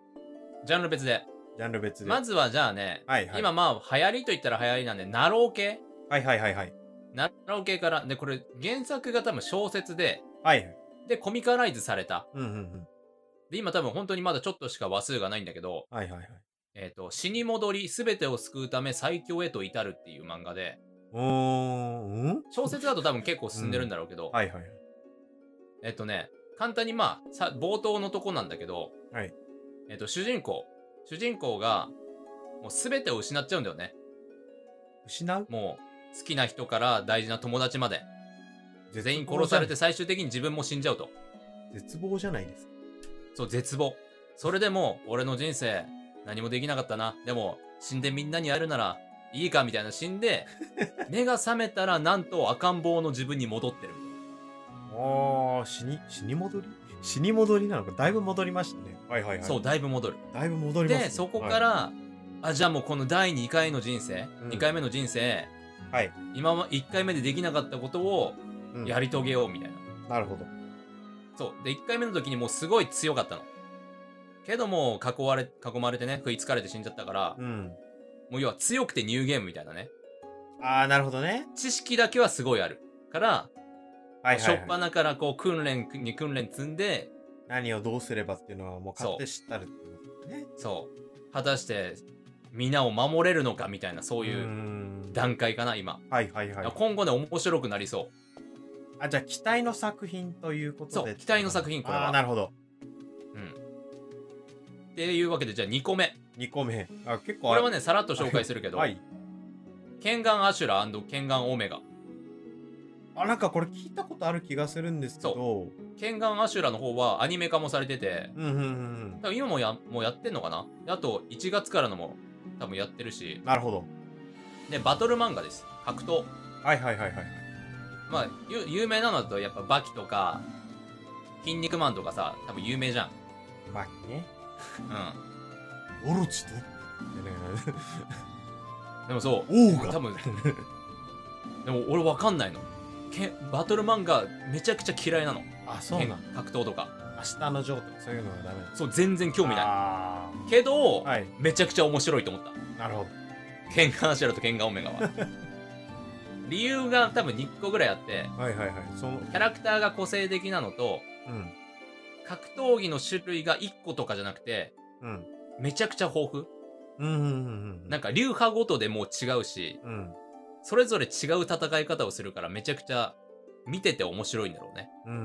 ジャンル別でジャンル別で。まずはじゃあね、はいはい今まあ流行りと言ったら流行りなんでナロー系はいはいはいはい。ナロー系からでこれ原作が多分小説ではい。でコミカライズされたうんうんうん。で今多分本当にまだちょっとしか話数がないんだけど、はいはいはい。えっと死に戻り全てを救うため最強へと至るっていう漫画でうーん。うん小説だと多分結構進んでるんだろうけど、はいはいはい。えっとね、簡単にまあ、さ冒頭のとこなんだけど、はいえっと、主人公。主人公が、もう全てを失っちゃうんだよね。失うもう、好きな人から大事な友達まで。全員殺されて。最終的に自分も死んじゃうと。絶望じゃないですか。そう、絶望。それでも、俺の人生、何もできなかったな。でも、死んでみんなに会えるなら、いいか、みたいな死ん で、目が覚めたら、なんと赤ん坊の自分に戻ってる。ああ、死に、死に戻り死に戻りなのか。だいぶ戻りましたね。はいはいはい。そう、だいぶ戻る。だいぶ戻りますね、で、そこから、あ、じゃあもうこの第2回の人生、うん2回目の人生、はい。はい今は1回目でできなかったことをうんやり遂げようみたいな。なるほど。そう。で、1回目の時にもうすごい強かったの。けども、囲われ、囲まれてね、食いつかれて死んじゃったから、うん。もう要は強くてニューゲームみたいなね。ああ、なるほどね。知識だけはすごいある。から、はい初はい、っはい。端からこう訓練に訓練積んで、何をどうすればっていうのはもう勝手知ったるってことね。そう。果たして、皆を守れるのかみたいなそうういうん段階かな今、はいはいはい今後ね面白くなりそうあじゃあ期待の作品ということでそう期待の作品これはああなるほどっていうわけでじゃあ2個目2個目あ結構これはねねさらっと紹介するけどはい剣眼アシュラ剣眼オメガあなんかこれ聞いたことある気がするんですけど剣眼アシュラの方はアニメ化もされててうんうんうん多分今もやもうやってんのかなであと1月からのも多分やってるしなるほどでバトル漫画です格闘はいはいはいはいまあゆ有名なのだとやっぱバキとか筋肉マンとかさ多分有名じゃんまあねうオロチと んでもそう王多分でも俺わかんないのけバトル漫画めちゃくちゃ嫌いなのあそうなん剣格闘とか明日のジョーとかそういうのはダメなんですそう全然興味ないあけーど、はいめちゃくちゃ面白いと思ったなるほどケンカアシュラとケンカオメガは理由が多分2個ぐらいあってはいはいはいそのキャラクターが個性的なのとうん格闘技の種類が1個とかじゃなくてうんめちゃくちゃ豊富うんうんうんうんなんか流派ごとでもう違うしうんそれぞれ違う戦い方をするからめちゃくちゃ見てて面白いんだろうねうんうんう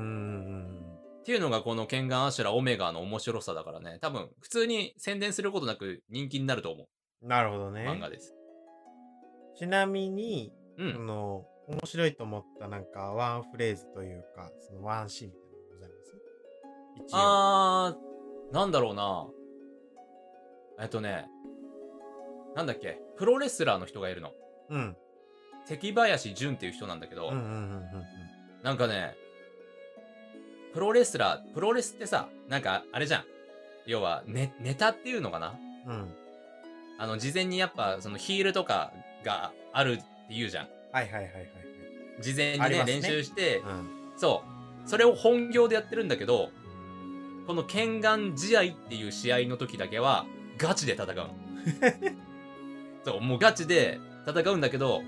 んっていうのがこのケンガンアシュラオメガの面白さだからね多分普通に宣伝することなく人気になると思うんなるほどう漫ね画ですちなみにうそんの面白いと思ったなんかワンフレーズというかそのワンシーンみたいなのございます一応あーなんだろうなえっとねなんだっけプロレスラーの人がいるのうん関林淳っていう人なんだけうど、んうんうんうんなんかねプロレスラープロレスってさなんかあれじゃん要はネネタっていうのかなうんうんあの事前にやっぱそのヒールとかがあるって言うじゃんはいはいはいはいはい事前にありねますね練習して、うんそう。それを本業でやってるんだけど、この剣眼試合っていう試合の時だけは、ガチで戦 うの。そう、もうガチで戦うんだけど、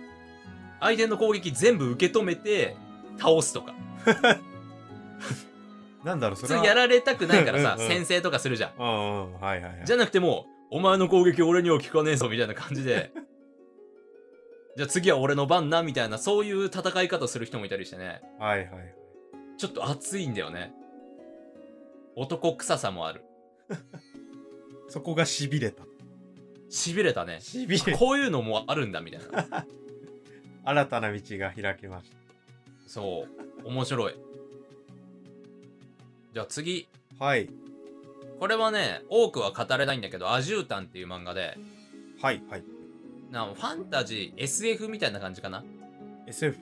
相手の攻撃全部受け止めて、倒すとか。なんだろう普それは、通やられたくないからさうんうん先制とかするじゃん。うんうんはいはいはいじゃなくてもう、お前の攻撃俺には効かねえぞ、みたいな感 じで。じゃあ次は俺の番な、みたいな、そういう戦い方する人もいたりしてね。はいはいちょっと熱いんだよね。男臭さもある。そこがしびれた痺れ たね。しびれこういうのもあるんだみたいな。新たな道が開きましそう。面白い。じゃあ次。たはいこれはね、多くは語れないんだけど、アジュータンっていう漫画で、はいはいなんファンタジー、SF みたいな感じかな。 SF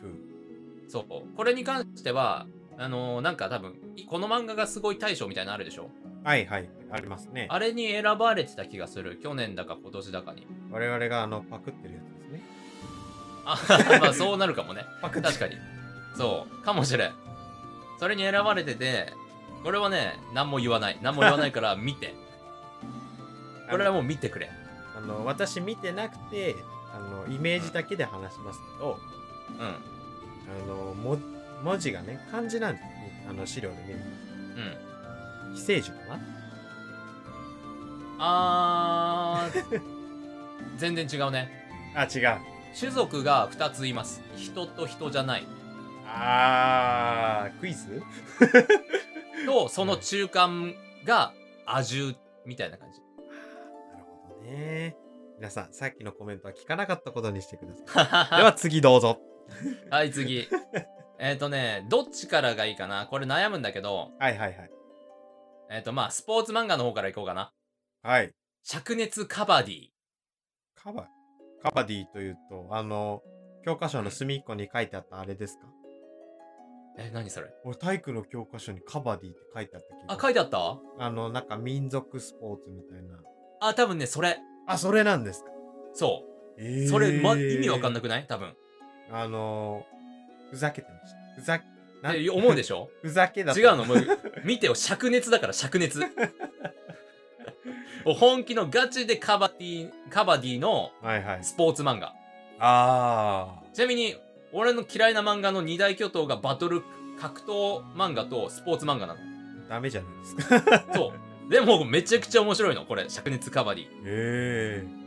そう。これに関しては、あのーなんか多分、いこの漫画がすごい大賞みたいなのあるでしょはいはいありますねあれに選ばれてた気がする。去年だか今年だかに。我々があのパクってるやつですねあまあそうなるかもね。パクって 確かに。そう。かもしれん。それに選ばれてて、これはね、何も言わない。何も言わないから見て。これはもう見てくれ。あの私見てなくてあのイメージだけで話しますけど、うあのも文字がね漢字なんですねあの資料で見るん。うん。非正樹かなあー、 全然違うね。あ違う種族が2ついます。人と人じゃない。あークイズと、その中間がアジュみたいな感じ。なるほどね皆さんさっきのコメントは聞かなかったことにしてください ではは次どうぞ い、次。えっとね、どっちからがいいかなこれ悩むんだけど、はいはいはいえっ、とまあ、スポーツ漫画の方からいこうかな。はい灼熱カバディ。カバカバディというとあの教科書の隅っこに書いてあったあれですかえ、何それ俺体育の教科書にカバディって書いてあったけどあ、書いてあったあのなんか民族スポーツみたいなあ、多分ね、それ。あそれなんですかそえう。それ、ま、意味わかんないなくない多分。あのー、ふざけてましたふざなって思うでししょ ふざけだと違うのもう、見てよ、灼熱だから、灼熱。もう本気のガチでカバディ、カバディのはいはいスポーツ漫画。あちなみに、俺の嫌いな漫画の二大巨頭がバトル格闘漫画とスポーツ漫画なの。ーダメじゃないですかそう。でも、めちゃくちゃ面白いの、これ、灼熱カバディ。ええ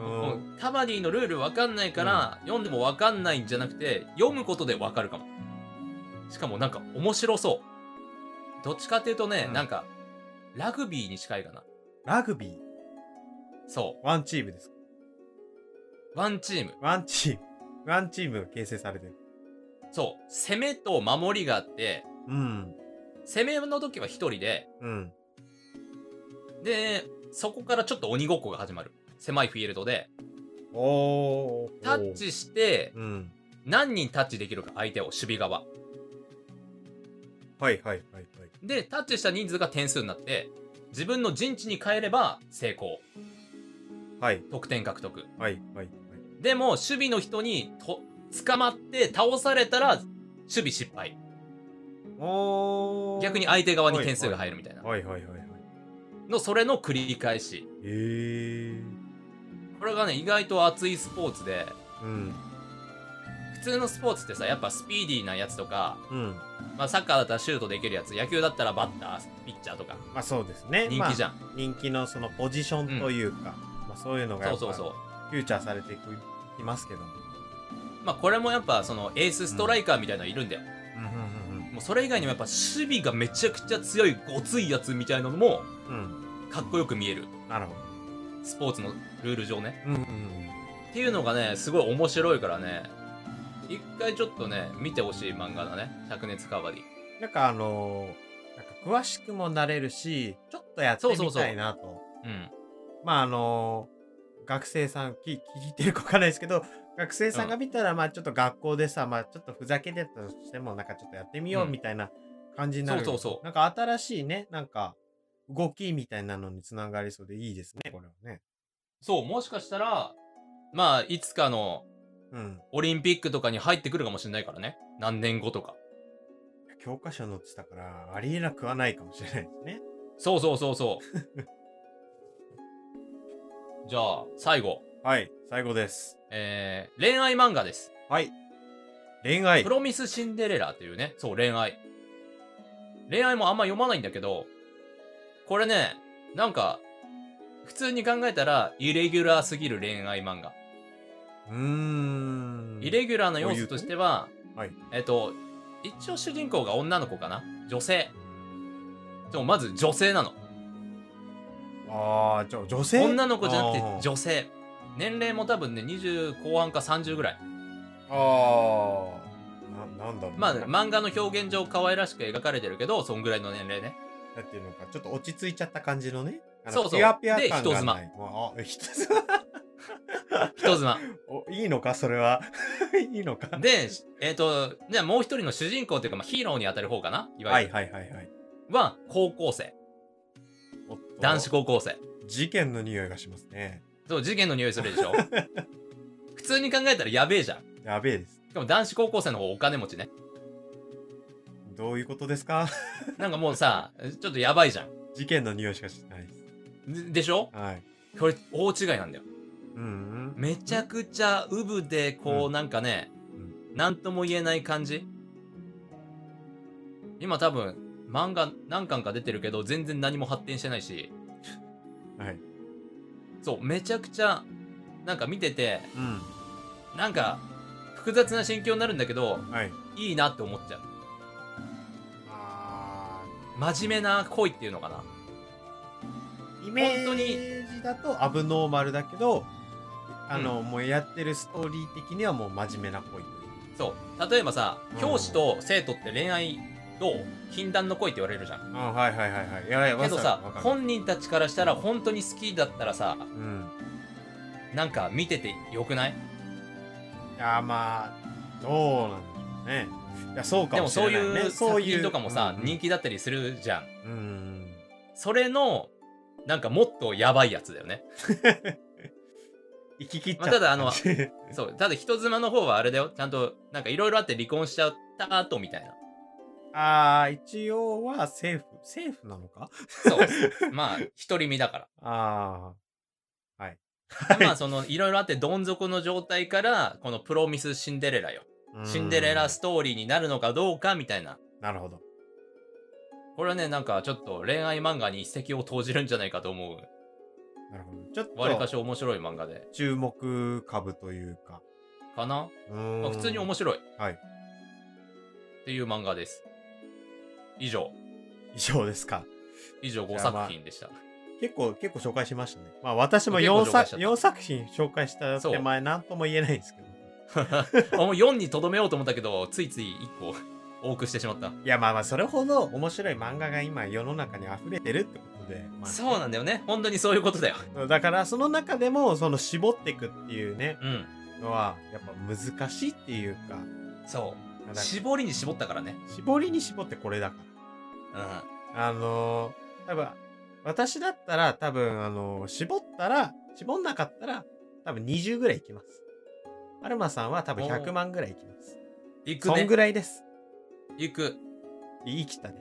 もうカバディのルールわかんないから、読んでもわかんないんじゃなくて読むことでわかるかもしかもなんか面白そうどっちかっていうとね、うんなんかラグビーに近いかなラグビー、そワンチームですかうワンチームワンチーム。ワンチームが形成されてる。そう攻めと守りがあってうん。攻めの時は一人でうん。でそこからちょっと鬼ごっこが始まる狭いフィールドでおー。タッチしてうん。何人タッチできるか相手を守備側はいはいはいはい。でタッチした人数が点数になって自分の陣地に帰れば成功はい得点獲得はいはいはい。でも守備の人にと捕まって倒されたら守備失敗おー。逆に相手側に点数が入るみたいなはいはいはいはい。のそれの繰り返しえー。これがね意外と熱いスポーツでうん。普通のスポーツってさやっぱスピーディーなやつとか、うん。まあ、サッカーだったらシュートできるやつ野球だったらバッターピッチャーとかまあそうですね。人気じゃん。ゃん、人気のそのポジションというか、まあそういうのがやっぱそうそうそうフューチャーされていくきますけども。まあこれもやっぱそのエースストライカーみたいなのいるんだよ、うんうんもうそれ以外にもやっぱ守備がめちゃくちゃ強いごついやつみたいなのもうんうん。かっこよく見えるうん。なるほど。スポーツのルール上ねうんうんうん。っていうのがねすごい面白いからね一回ちょっとね見てほしい漫画だね「灼熱カバディなんかあのーなんか詳しくもなれるし、ちょっとやってみたいなと。」うんまああのー学生さん聞、聞いてるかわかんないですけど、学生さんが見たら、まあちょっと学校でさ、まあちょっとふざけてたとしても、なんかちょっとやってみよううんみたいな感じになる。そうそうそうなんか新しいね、なんか動きみたいなのにつながりそうでいいですね、これはね。そうもしかしたらまあいつかのうん。オリンピックとかに入ってくるかもしれないからね何年後とか教科書載ってたから、ありえなくはないかもしれないですね。そうそうそう そうじゃあ最後はい、最後です。えー、恋愛漫画ですはい。恋愛プ。ロミスシンデレラというね、そう、恋愛。恋愛もあんま読まないんだけど、これね、なんか、普通に考えたら、イレギュラーすぎる恋愛漫画。うーん。イレギュラーな要素としては、はいえっと、一応主人公が女の子かな女性。でもまず女性なの。ああ、じゃあ女性女の子じゃなくて女女性。年齢も多分ね、20後半か30ぐらい。あーななんだろう。まあ、な漫画の表現上可愛らしく描かれてるけど、そんぐらいの年齢ね。なんていうのか、ちょっと落ち着いちゃった感じのね。あのそうそうピュアピュアで感がない。人もうあ、人妻。 人妻。おいいのか、それは。 いいの か。で、えっ、と、じゃあもう一人の主人公というか、まあ、ヒーローに当たる方かな、いわはゆいる。はいはいはい。は高校生。おっと男子高校生。事件の匂いがしますね。そう、事件の匂いするでし ょ普通に考えたらやべえじゃん。やべえです。しかも男子高校生の方お金持ちね。どういうことですか なんかもうさ、ちょっとやばいじゃん。事件の匂いしかしないです。ででしょはい。これ、大違いなんだよ。うん、うん。めちゃくちゃウブで、こうう、んなんかねう、なんとも言えない感じ。今多分、漫画何巻か出てるけど、全然何も発展してないし、はい。そう、めちゃくちゃ、なんか見てて、うん。なんか、複雑な心境になるんだけど、はい。いいなって思っちゃう。あ真面目な恋っていうのかな。ーイメージだとアブノーマルだけど、あの、もうやってるストーリー的にはもう真面目な恋。そう。例えばさうん、教師と生徒って恋愛と禁断の恋って言われるじゃん。うん、はいはいはいはい。いやいや、けどさわか、るわかる本人たちからしたら本当に好きだったらさ、うん。なんか見ててよくないいやまあどうなんでしょうねいやそうかでももしそうれない、ね、いう作品とかもさ、うん人気だったりするじゃん。うんうんそれの、なんかもっとやばいやつだよね。行き切っちゃまあただあのそう。ただ人妻の方はあれだよ。ちゃんと、なんかいろいろあって離婚しちゃった後みたいな。 あー一応はセーフセーフなのか そう。まあ、独り身だから。ああはいまあそのいろいろあってどん底の状態からこのプロミスシンデレラようんシンデレラストーリーになるのかどうかみたいななるほどこれはねなんかちょっと恋愛漫画に一石を投じるんじゃないかと思うなるほど。ちょっわりかとし面白い漫画で。注目株というか。かな、うーまんあ普通に面白い。はいっていう漫画です。以上。以上ですか。以上じゃ5あまあ作品でした。結構、結構紹介しましたね。まあ私も結構4紹介しち作ゃった四作品紹介した手前何とも言えないんですけど。あ、もう4にとどめようと思ったけど、ついつい1個多くしてしまった。いやまあまあそれほど面白い漫画が今世の中に溢れてるってことで。まあそうなんだよね。本当にそういうことだよ。だからその中でもその絞っていくっていうねうん。のはやっぱ難しいっていうかそなんう。か絞りに絞ったからね。絞りに絞ってこれだかうん。らあのー多分私だったら多分あのー絞ったら絞んなかったら多分20ぐらいいきますアルマさんは多分100万ぐらいいきます行くそんねぐ。らいです行く。言い切ったね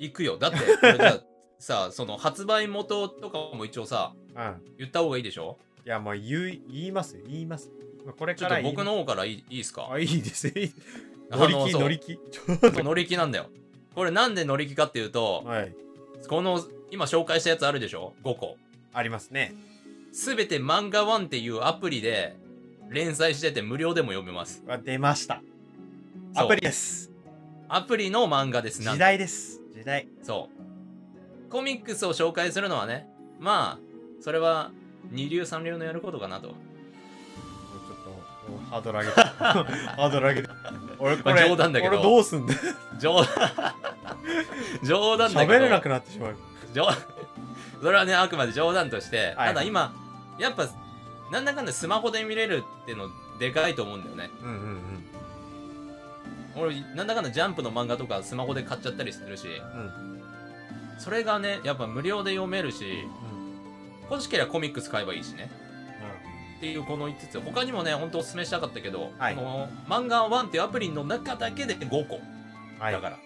行く よ。だって、これじゃあさあ、その発売元とかも一応さ、うん言った方がいいでしょいやもう言い言いますよ言いますこれちょからっと言い僕の方からいいいいですかあいいです いいあ乗りの気そう乗り気乗り気なんだよ。これなんで乗り気かっていうと、はいこの今紹介したやつあるでしょ ?5 個。ありますねすべて漫画ワンっていうアプリで連載してて無料でも読めます。わ出ましたそうアプリですアプリの漫画です。なん時代です時代そう。コミックスを紹介するのはね、まあ、それは二流三流のやることかなと。もうちょっともうハードル上 げたハードル上げた俺これ、まあ冗談だけど俺どうすんだよ冗談 冗談だけど。喋れなくなってしまう冗 それはね、あくまで冗談として、はいただ今、やっぱ、なんだかんだスマホで見れるってのでかいと思うんだよね。うんうん俺、なんだかんだジャンプの漫画とかスマホで買っちゃったりするし、うんそれがね、やっぱ無料で読めるし、欲しければコミックス買えばいいしね。っていうこの5つ。他にもね、ほんとおすすめしたかったけど、はいこの漫画1っていうアプリの中だけで5個。うんはいだから。っ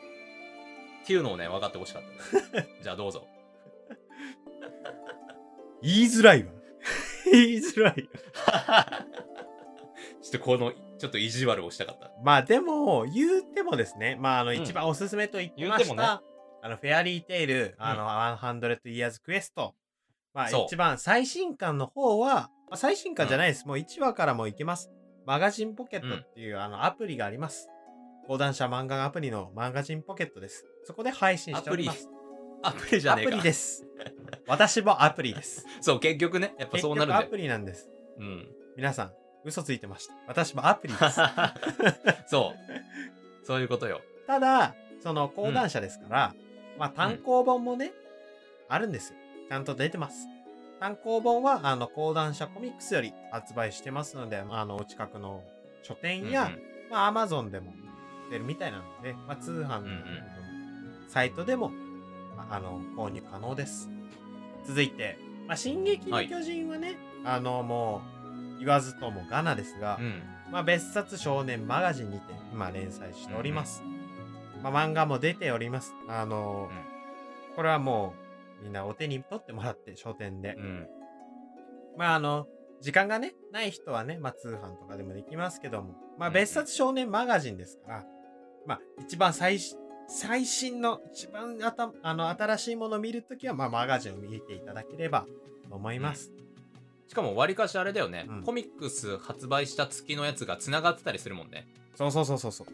ていうのをね、分かってほし かった。じゃあどうぞ。言いづら いわ言いづらいちょっとこの、ちょっと意地悪をしたかった。まあでも言うてもですねまああのん一番おすすめと言って言うまてした、もねあのフェアリーテイル、あの100 years quest まあそう一番最新刊の方は、まあ、最新刊じゃないです、もう1話からもいけますマガジンポケットっていう、あのアプリがあります講談社漫画アプリのマガジンポケットですそこで配信しておりますアプリじゃアねえプか。リです私もアプリですそう、結局ね、やっぱ結そう局なるんアだよ。プリなんですうん。皆さん嘘ついてました私もアプリ ですそう。そういうことよ。ただその講談社ですから、まあ単行本もね、あるんですよちゃんと出てます単行本はあの講談社コミックスより発売してますので、まあ、あのお近くの書店や、うんうんまあ、アマゾンでも出るみたいなので、まあ、通販のうんうんサイトでも、まああの購入可能です続いて、まあ、進撃の巨人はね、あのもう言わずともガナですが、うん。まあ、別冊少年マガジンにて今連載しております。まあ、漫画も出ております。あのーこれはもうみんなお手に取ってもらって書店で。うん。まああの、時間がね、ない人はね、まあ通販とかでもできますけども、まあうん別冊少年マガジンですから、まあ一番最新、最新の一番あたあの新しいものを見るときは、まあマガジンを見ていただければと思います。しかも、わりかしあれだよね、うんコミックス発売した月のやつが繋がってたりするもんね。そうそうそうそうそう。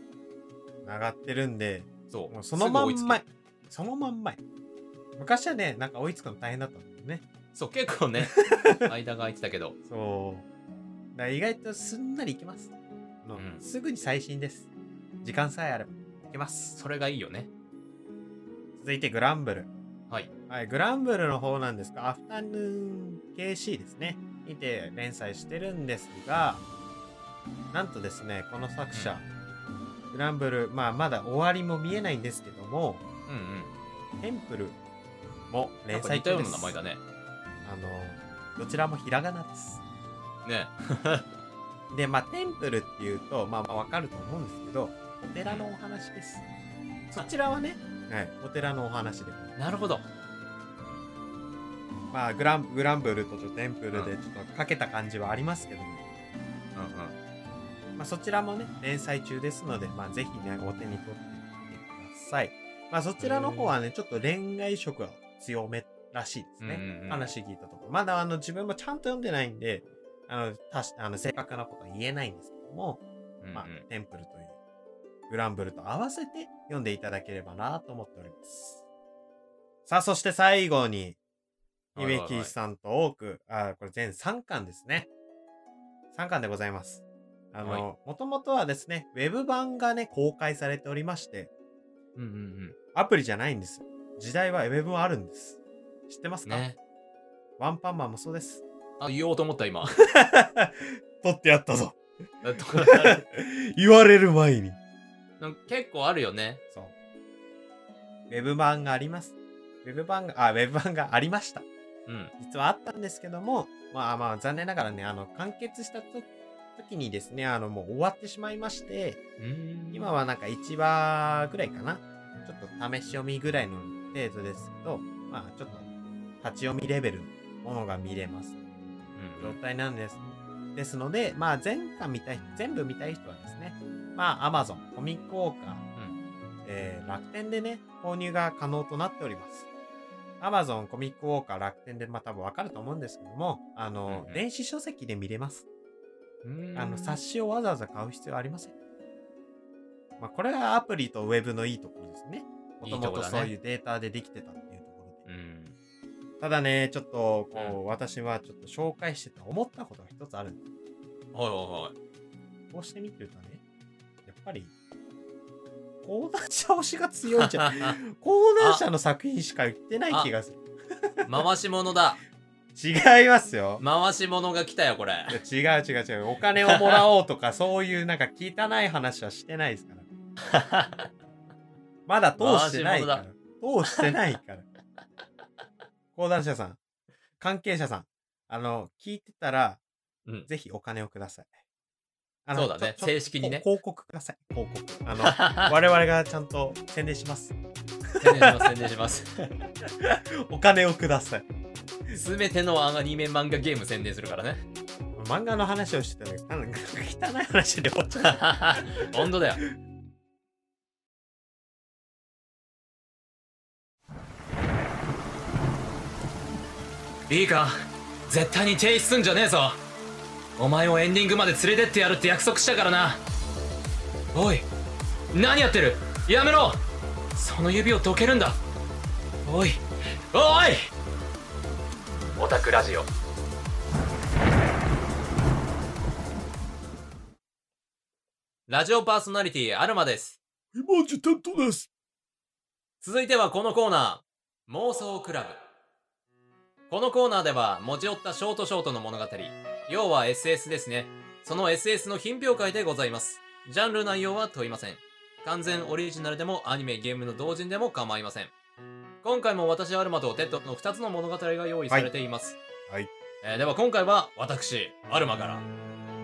繋がってるんで、そう。もうそのまんすぐ追まいついそのまんまい昔はねなんか追いつくの大変だったんだよねけそう、結構ね、 間が空いてたけど。そうだから意外とすんなりいきます、あのうんすぐに最新です時間さえあればいけますそれがいいよね。続いてグランブルはい。はいグランブルの方なんですがアフタヌーン KC ですねにて連載してるんですがなんとですねこの作者、グランブルまあまだ終わりも見えないんですけどもうんうん。テンプルもなん連か載似たよ中うでなす名前だね。あの、どちらもひらがなです。ね。で、まあ、テンプルっていうと、まあ、まあわかると思うんですけど、お寺のお話です。そちらはね、はい、お寺のお話で。なるほど。まあ、グラン、グランブルとちょっとテンプルで、ちょっとかけた感じはありますけども、うんうん。まあ、そちらもね、連載中ですので、まあ、ぜひね、お手に取ってみてください。まあ、そちらの方はね、ちょっと恋愛色が強めらしいですね。うんうんうん話聞いたところ。まだあの自分もちゃんと読んでないんで、あの、たしあの正確なことは言えないんですけども、うんうんまあ、テンプルというグランブルと合わせて読んでいただければなと思っております。さあ、そして最後に、はいイはいメはいキさんと多く、あーこれ全3巻ですね。3巻でございます。あはの、もともとはですね、ウェブ版がね、公開されておりまして、うんうんアプリじゃないんですよ。時代はウェブもあるんです。知ってまうすん。か、ね。ワンパンマンもそうです。 あ、言おうと思った今。取ってやったぞ。えっとな言われる前に。んか結構あるよね。そう。ウェブ版があります。ウェブ版が、あ、ウェブ版がありました。うん。実はあったんですけども、まあまあ残念ながらね、あの、完結したと時にですね、あの、もう終わってしまいまして、うーん今。はなんか1話ぐらいかな。ちょっと試し読みぐらいの程度ですけど、まあちょっと立ち読みレベルのものが見れます。うん状態なんです。ですので、まあ、前回見たい、全部見たい人はですね、まあ、Amazon、コミックウォーカー、えー楽天でね、購入が可能となっております。Amazon、コミックウォーカー、楽天で、まあ、多分わかると思うんですけども、あの、うんうん電子書籍で見れます。うん。あの、さ冊子をわざわざ買う必要はありません。まあ、これがアプリとウェブのいいところですね。もいいとともころとだねそういうデータでできてたっていうところで。うん。ただね、ちょっと、こう、私はちょっと紹介してて思ったことが一つあるんですはいはいはい。こうしてみてるとね、やっぱり、講談社推しが強いんじゃん。 講談社の作品しか言ってない気がする。 回し物だ。違いますよ。回し物が来たよ、これ。いや違う違う違う。お金をもらおうとか、そういうなんか汚い話はしてないですから。 まだ通してないか回ら。通してないから。講談社さん、関係者さん、あの、聞いてたら、うんぜひお金をください。あのそうだね。ちょちょ正式にね。広告ください。広告。あの、 我々がちゃんと宣伝します。宣伝します、宣伝します。お金をください。すべてのアニメ漫画ゲーム宣伝するからね。漫画の話をしてたら、なんか汚い話で終わっちゃった。 本当だよ。いいか、絶対に停止すんじゃねえぞ。お前をエンディングまで連れてってやるって約束したからな。おい、何やってるやめろその指をどけるんだ。おい、おいオタクラジオ。ラジオパーソナリティアルマです。今時担当です。続いてはこのコーナー、妄想クラブ。このコーナーでは持ち寄ったショートショートの物語、要は SS ですね。その SS の品評会でございます。ジャンル内容は問いません。完全オリジナルでもアニメ、ゲームの同人でも構いません。今回も私アルマとテッドの2つの物語が用意されています。はいはいえーでは今回は私、アルマから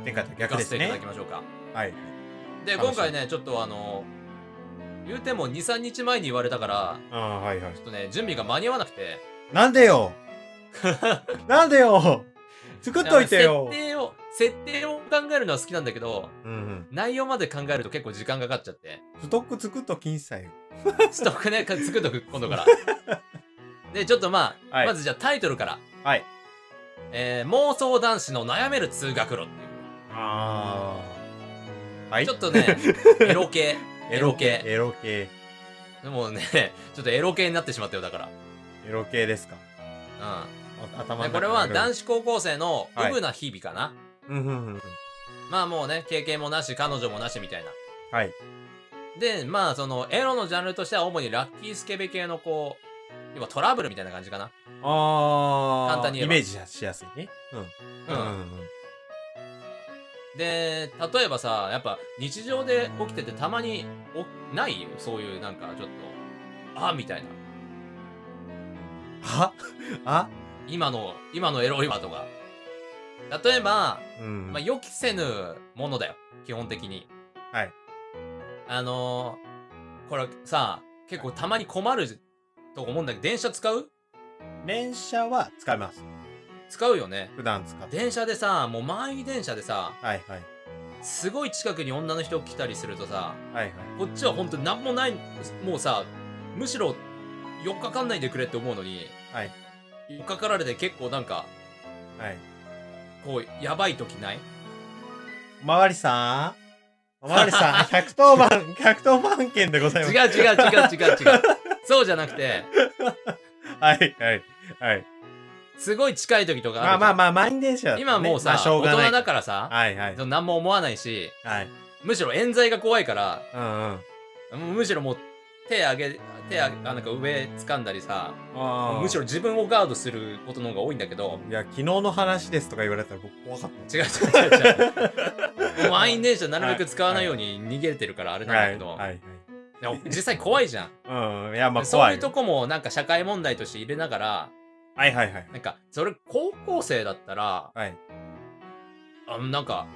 前回と行逆かでせてすいただねき。ましょうか。はい。で楽し今み回ねちょっとあの言うても23日前に言われたからああ、はいはいちょ。っとね準備が間に合わなくてなんで よなんでよ作っといてよ設定を設定を考えるのは好きなんだけどうんうん。内容まで考えると結構時間がかかっちゃ ってストック作っときんさいよ。ストックねか作っとく今度から でちょっとまあ、はいまずじゃあタイトルから、はい。えー妄想男子の悩める通学路っていうああ。はい。ちょっ とねエロ系エロ系エロ系。でもねちょっとエロ系になってしまったよだからエロ系ですか。うお頭んので中これは男子。子高校生のはいうぶな日々かな、うんうんうん。まあもうね、経験もなし、彼女もなしみたいな。はい。で、まあその、エロのジャンルとしては主にラッキースケベ系のこう、要はトラブルみたいな感じかな。ああ。簡単に言えイばメージしやすいね。うん。うん。ん。で、例えばさ、やっぱ日常で起きててたまに、お、ないよ。そういうなんかちょっと、あみたいな。は あ今の、今のエロいわとか。例えば、うんまあ予期せぬものだよ。基本的に。はい。あのーこれさ、結構たまに困ると思うんだけど、電車使う連射は使います。使うよね。普段使って。電車でさもう満員電車でさはいはい。すごい近くに女の人来たりするとさはいはい。こっちは本当に何もないもうさむしろ4日間ないでくれって思うのにはい引っかかられて結構なんか、はい。こう、やばい時 ないおまわりさんおまわりさ ん、110番、110番件でござい違うます。違う違う違う違う。そうじゃなくて、はい、はい、はい。すごい近い時とかまあまああまあ、満員電車だとるじねゃん。今もうさ、まあしょ大うがない人だからさ、はい、はい。その何も思わないし、はい。むしろ冤罪が怖いから、うんうん。もうむしろもう手上げ、手上げ、あなんか上掴んだりさ、あーむしろ自分をガードすることの方が多いんだけど、いや、昨日の話ですとか言われたら僕怖かっ違う違う違 う違う。もう満員電車なるべく使わないように逃げれてるからあれた。なんだけど、はい。でも実際怖いじゃん。はい、うん。いや、 まあそう怖いいうとよ。こもなんか社会問題として入れながら、はいはいはい。なんかそれ高校生だったら、はい。あのなんか、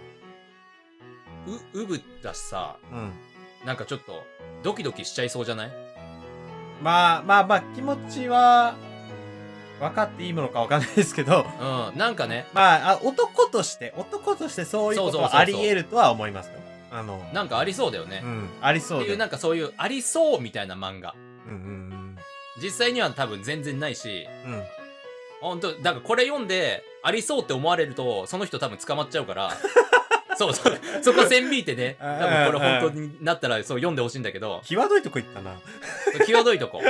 う、うぶだしさ、うん。なんかちょっとドキドキしちゃいそうじゃないまあまあまあ、気持ちは、分かっていいものか分かんないですけど、 うん、なんかね、まあ、あ男として、男としてそういうことそうそはうそうそうあり得るとは思いますよ。あの、なんかありそうだよねう。ん、ありそっうていで。うなんかそういうありそうみたいな漫画。うんうん実際には多分全然ないし、うん。うん。本当だからこれ読んでありそうって思われるとその人多分捕まっちゃうから そうそうそこ線引いてね多分これ本当になったらそう読んでほしいんだけど際どいとこ行ったな。際ど いとこ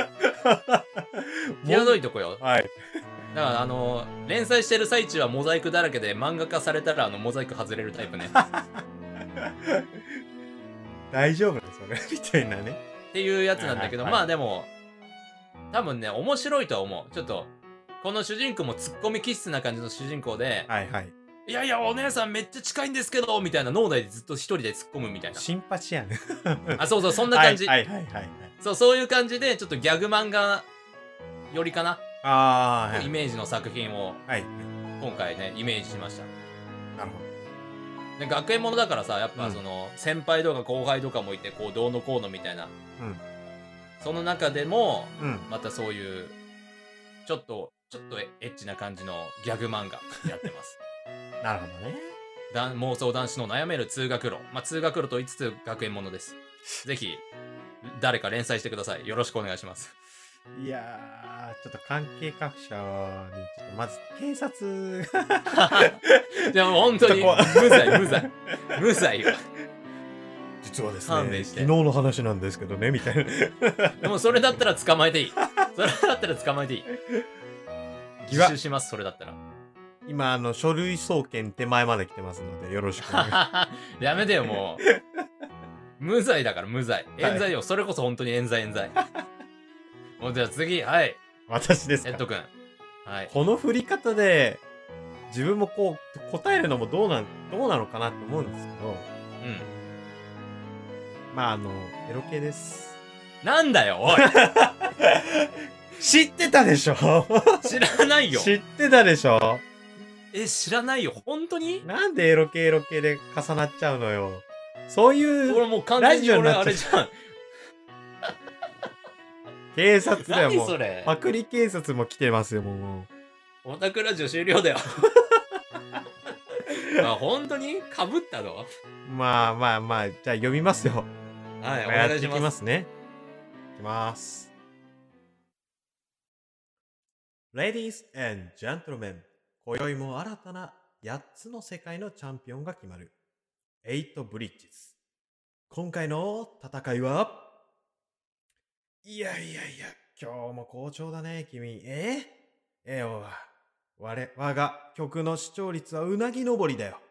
際どいとこよはい。だからあの連載してる最中はモザイクだらけで漫画化されたらあのモザイク外れるタイ プねっ大丈夫なんですよね。みたいなね。ていうやつなんだけどはいはいまあでも多分ね面白いとは思うちょっとこの主人公もツッコミ気質な感じの主人公ではいはい。 「いやいやお姉さんめっちゃ近いんですけど」みたいな脳内でずっと一人で突っ込むみたいなシンパチやね。あそうそうそんな感じ、はいはいはいはいはい。そうそういう感じでちょっとギャグ漫画よりかな、ああ、はいイ。メージの作品をはい。今回ねイメージしましたなるほど。で学園ものだからさやっうぱんその、先輩とか後輩とかもいてこうどうのこうのみたいな、うんその中でもうん。またそういうちょっとちょっとエッチな感じのギャグ漫画やってます なるほどね。だ妄想男子の悩める通学路まあ通学路と言いつつ学園ものですぜひ誰か連載してくださいよろしくお願いしますいやー、ちょっと関係各社に、ちょっとまず、警察が いやもう本当にちょっと怖い無罪無罪無罪よ実はです勘弁ね、して昨日の話なんですけどね、みたいな。でもそれだったら捕まえていいそれだったら捕まえて いい疑惑自首しますそれだったら今、あの、書類送検手前まで来てますので、よろしくお 願いしまやめてよもう無罪だから無罪冤罪よ、それこそ本当に冤罪冤罪もうじゃあ次はいす。私ですエかット君はいこの振り方で、自分もこう、答えるのもどうなん、どうなのかなって思うんですけど、うんまあ、あの、エロ系です。なんだよ おい知ってたでしょ知らないよ知ってたでしょえ知らないよ本当になんでエロ系エロ系で重なっちゃうのよ。そういう俺もう完全ラにジオに俺なっちゃうあれじゃん警察 では何も、そうれパクリ警察も来てますよ、もオタクラジオ 終了だよ。まあ本当にかぶったのう。まあまあまあ、じゃあ読みますよ。はい、おや願っいてしいまきす。ますね。いきます。Ladies and gentlemen、今宵も新たな8つの世界のチャンピオンが決まる。8ブリッジズ。今回の戦いはいやいやいや、今日も好調だね、君。えええおは。我、我が曲の視聴率はうなぎ登りだよ。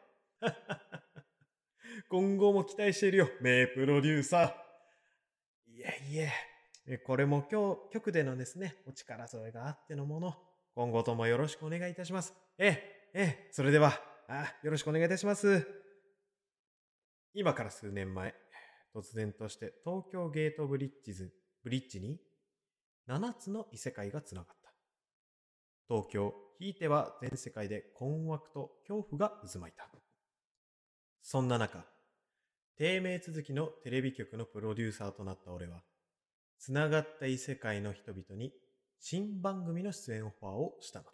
今後も期待しているよ、名プロデューサー。いえいええ、これも今日、局でのですね、お力添えがあってのもの、今後ともよろしくお願いいたします。ええ、ええ、それでは、あよろしくお願いいたします。今から数年前、突然として東京ゲートブリッジズ、ブリッジに7つの異世界がつながった。東京、ひいては全世界で困惑と恐怖が渦巻いた。そんな中、低迷続きのテレビ局のプロデューサーとなった俺は、つながった異世界の人々に新番組の出演オファーをしたのだ。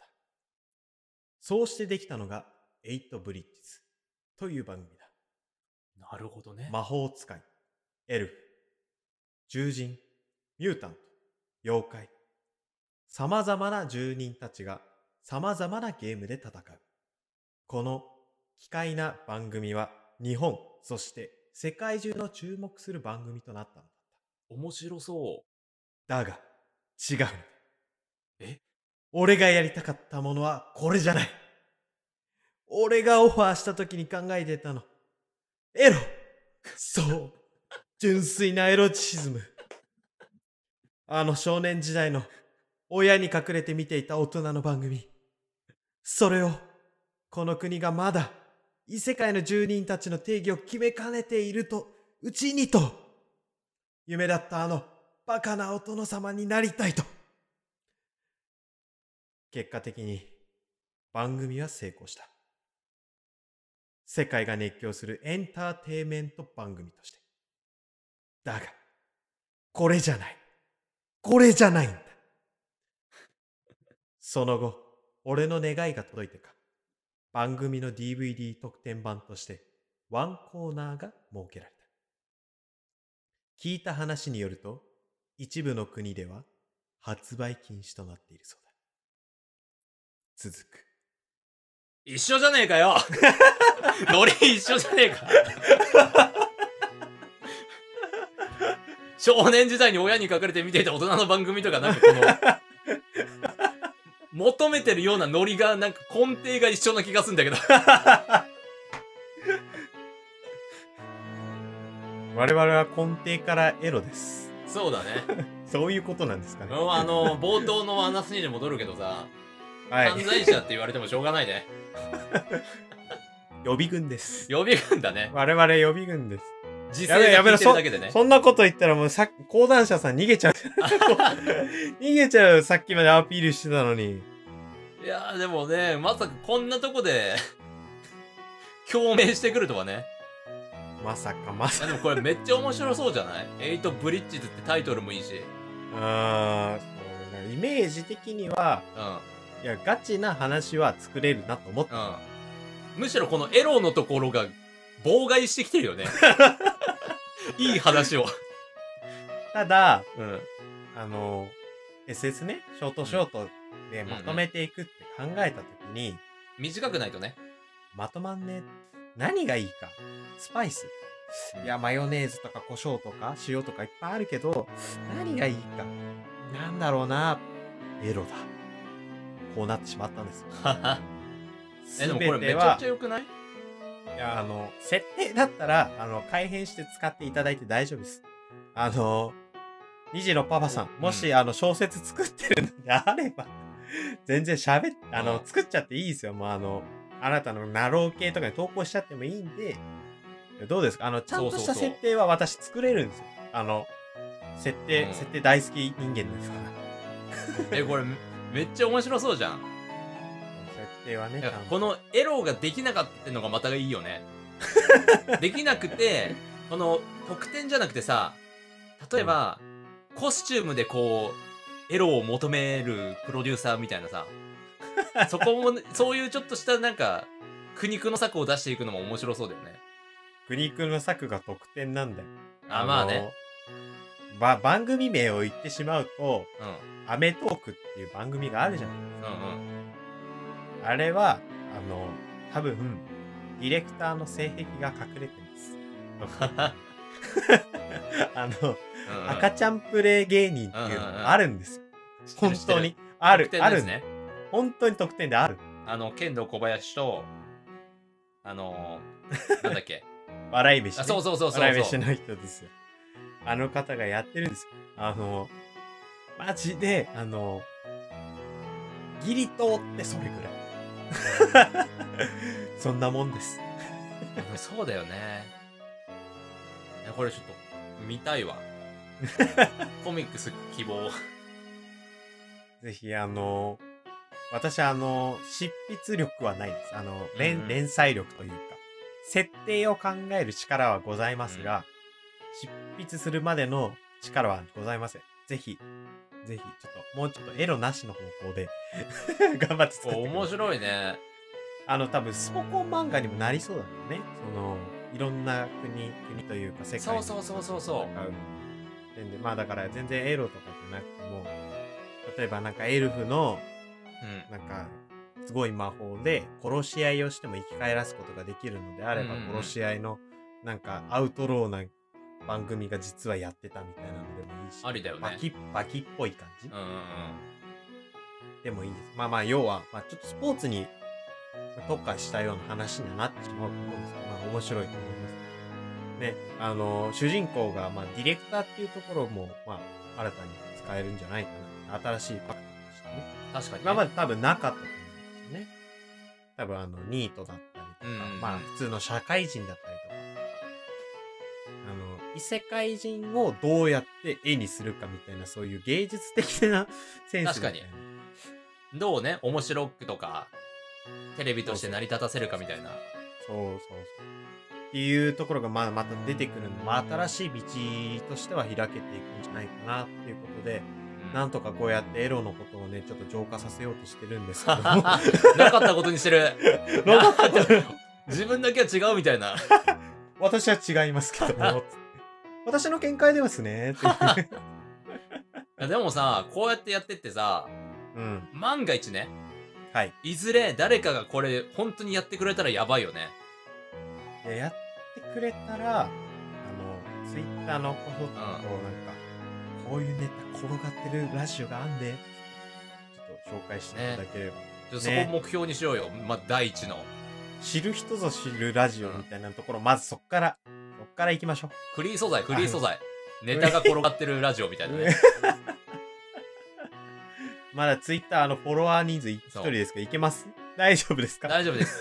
そうしてできたのが、エイトブリッジズという番組だ。なるほどね。魔法使い、エルフ、獣人、ミュータント、妖怪、様々な住人たちが様々なゲームで戦う。この奇怪な番組は日本、そして世界中の注目する番組となったの面白そう。だった。だが、違うのだ。え俺がやりたかったものはこれじゃない。俺がオファーした時に考えてたの。エロそう。純粋なエロチシズム。あの少年時代の親に隠れて見ていた大人の番組。それを、この国がまだ異世界の住人たちの定義を決めかねていると、うちにと、夢だったあのバカなお殿様になりたいと。結果的に番組は成功した。世界が熱狂するエンターテイメント番組として。だが、これじゃない。これじゃないんだ。その後、俺の願いが届いてか、番組の DVD 特典版として、ワンコーナーが設けられた。聞いた話によると、一部の国では発売禁止となっているそうだ。続く。一緒じゃねえ かよノリ一緒じゃねえか少年時代に親に隠れて見ていた大人の番組とかなんかこの求めてるようなノリがなんか根底が一緒な気がするんだけど我々は根底からエロです。そうだねそういうことなんですかね。うんあの冒頭の話に戻るけどさ、はい。犯罪者って言われてもしょうがないね予備軍です。予備軍だね我々予備軍です。実やべ際えやがべえ聞いてるだけでねそんなこと言ったらもうさっき、講談社さん逃げちゃう。 逃げちゃう、さっきまでアピールしてたのに。いやーでもねまさかこんなとこで 共鳴してくるとはねまさかまいやさでか。もこれめっちゃ面白そうじゃないエイトブリッジズってタイトルもいいし。あーそうだからイメージ的には、うん。うん。いや、ガチな話は作れるなと思った。むしろこのエロのところが妨害してきてる よね。いい話を。ただ、うん。あの、SS ね、ショートショートでまとめていくって考えたときに、短くないとね。まとまんねえ。何がいいか。スパイス。いや、マヨネーズとか胡椒とか塩とかいっぱいあるけど、何がいいか。なんだろうな。エロだ。こうなってしまったんですよ。 え、でもこ全れめてちゃはくちゃ、良くないいや、あの、設定だったら、あの、改変して使っていただいて大丈夫です。あの、虹のパパさん、もし、あの、小説作ってるんであれば、 全然喋っ、あのう、ん作っちゃっていいですよ。もう、あの、あなたのナロー系とかに投稿しちゃってもいいんで、どうですかあの、ちゃんとしたそうそうそう設定は私作れるんですよ。あの、設定、うん設定大好き人間ですから。え、これめめっちゃ面白そうじゃん。設定はね、いやちゃんとこのエロができなかったってのがまたいい よね。できなくて、この特典じゃなくてさ、例えば、コスチュームでこう、エロを求めるプロデューサーみたい なさ、そこもね、そういうちょっとしたなんか、苦肉の策を出していくのも面白そうだよね。苦肉の策が得点なんだよ。あ、まあね。の。ば、番組名を言ってしまうと、うん。アメトークっていう番組があるじゃん。うんうん。あれは、あの、多分、ディレクターの性癖が隠れてます。 あの、うんうん赤ちゃんプレイ芸人っていうのがあるんですよ。知って本る知って当るに。ある特、典あのやるつ。ね。本当に得点である。あの、剣道小林と、あのー、なんだ っけ。笑い飯、ね。あ、そうそうそうそうそう。笑い飯の人ですよ。あの方がやってるんですよ。あの、マジで、あの、ギリ島ってそれぐらい。 そんなもんです。うんそうだよね。いやこれちょっと、見た いわ。コミックス希望。ぜひ、あの、私、あの、執筆力はないです。あの、連,、うんうん連載力というか、設定を考える力はございますが、執筆するまでの力はございません。ぜひ、ぜひ、ちょっと、もうちょっとエロなしの方向で、 頑張って作ってください。お面白いね。あの、多分、スポコン漫画にもなりそうだもんね。その、いろんな国、国というか、世界そううそうそうそうそう。全然、まあだから全然エロとかじゃなくても、例えばなんかエルフのうん。なんかすごい魔法で殺し合いをしても生き返らすことができるのであればうんうん殺し合いのなんかアウトローな番組が実はやってたみたいなのでもいいしありだよねバキッバキっぽい感じうんうんでもいいですまあまあ要は、まあ、ちょっとスポーツに特化したような話にはなってしまうと思うんですけど、まあ、面白いと思いますねあの主人公が、まあ、ディレクターっていうところも、まあ、新たに使えるんじゃないかな新しいパクでしたねうん。確かにね。今まで多分なかったと思うんですよね。多分あの、ニートだったりとか、うんまあ普通の社会人だったりとか、あの、異世界人をどうやって絵にするかみたいな、そういう芸術的なセンスみたいな確どうね、面白くとか、テレビとして成り立たせるかみたいな。そうそうそう。っていうところがまあまた出てくるので、まあ新しい道としては開けていくんじゃないかなっていうことで、うんなんとかこうやってエロのことをね、ちょっと浄化させようとしてるんですけども。 な かったことにしてる。なかったこと自分だけは違うみたいな。私は違いますけども。私の見解ではですね。って いうでもさ、こうやってやってってさ、うん。万が一ね、はい。いずれ誰かがこれ本当にやってくれたらやばいよね。いややってくれたら、あの、ツイッターのこととこうなんか、こういうネタ転がってるラジオがあんで、ちょっと紹介していただければ。ちょそこを目標にしようよ。まあ、第一の。知る人ぞ知るラジオみたいなところ、まずそっから、そっから行きましょフリー素材、フリー 素材。ネタが転がってるラジオみたいなね。う。まだツイッター、あの、フォロワー人数一そう人ですけど、いけます大丈夫ですか 大丈夫です。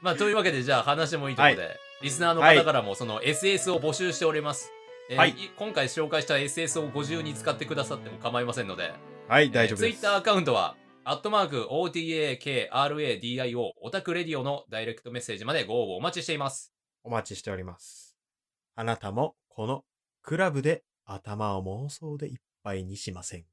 まあ、というわけで、じゃあ話もいいところで、リスナーの方からもその SS を募集しております。えーはいい今回紹介した SS をご自由に使ってくださっても構いませんので、はい、大丈夫です。ツイッター Twitter アカウントは、アットマーク OTAKRADIO オタクレディオのダイレクトメッセージまでご応募お待ちしています。お待ちしております。あなたもこのクラブで頭を妄想でいっぱいにしません。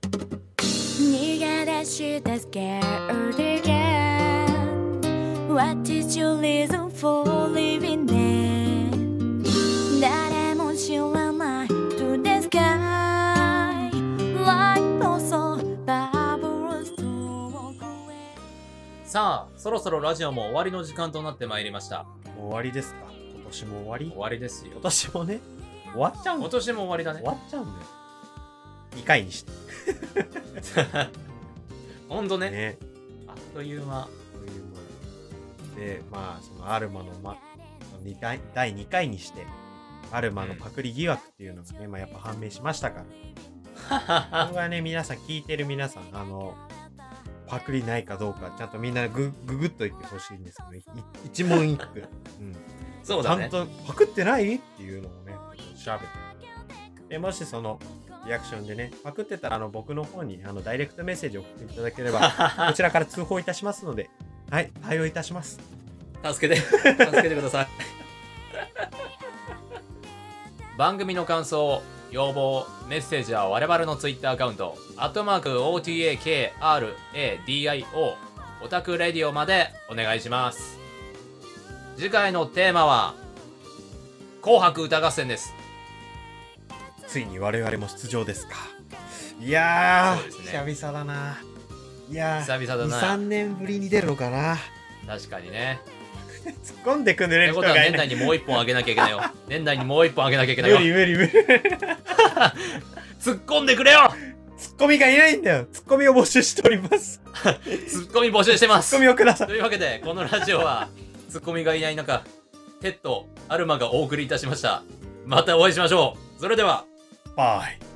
逃げ出したスケールで What is your reason for living there? 誰も知らない To the sky Like 放送バブルストークへさあ、そろそろラジオも終わりの時間となってまいりました。もう終わりですか今年も終わり終わりですよ今。年もね、終わっちゃうんだ今よ。年も終わりだ終ね。わっちゃうんだよ。2回にして。ほんとね。ね。あっという間。というもので、でまあ、そのアルマの、ま、二回第2回にして、アルマのパクリ疑惑っていうのがね、まあやっぱ判明しましたから。僕はね、皆さん、聞いてる皆さん、あの、パクリないかどうか、ちゃんとみんなグググっといってほしいんですけど、い一問一句、うん そうちだゃんね。とパクってないっていうのをね、調べて。で、もしその、リアクションでね、パクってたら、あの、僕の方に、あの、ダイレクトメッセージを送っていただけれ ば、こちらから通報いたしますので、はい、対応いたします。 助けて、助けてくだ さい。番組の感想、要望、メッセージは我々の Twitter アカウント、アットマーク OTAKRADIO、オタクレディオまでお願いします。次回のテーマは、紅白歌合戦です。ついに我々も出場ですか。いやそうですねー、久々だな。いやー、久々だ2、な3。年ぶりに出るのかな。確かにね。突っ込んでくれってる人ことはがい年ない内。にもう一本あげなきゃいけないよ。 年内にもう一本あげなきゃいけない無よ。理無理無理。突っ込んでくれよツッコミがいないんだよ。ツッコミを募集しております。ツッコミ募集してまツッすコミをください。というわけで、このラジオは、ツッコミがいない中、テッド、アルマがお送りいたしました。またお会いしましょうそれでは、バイ。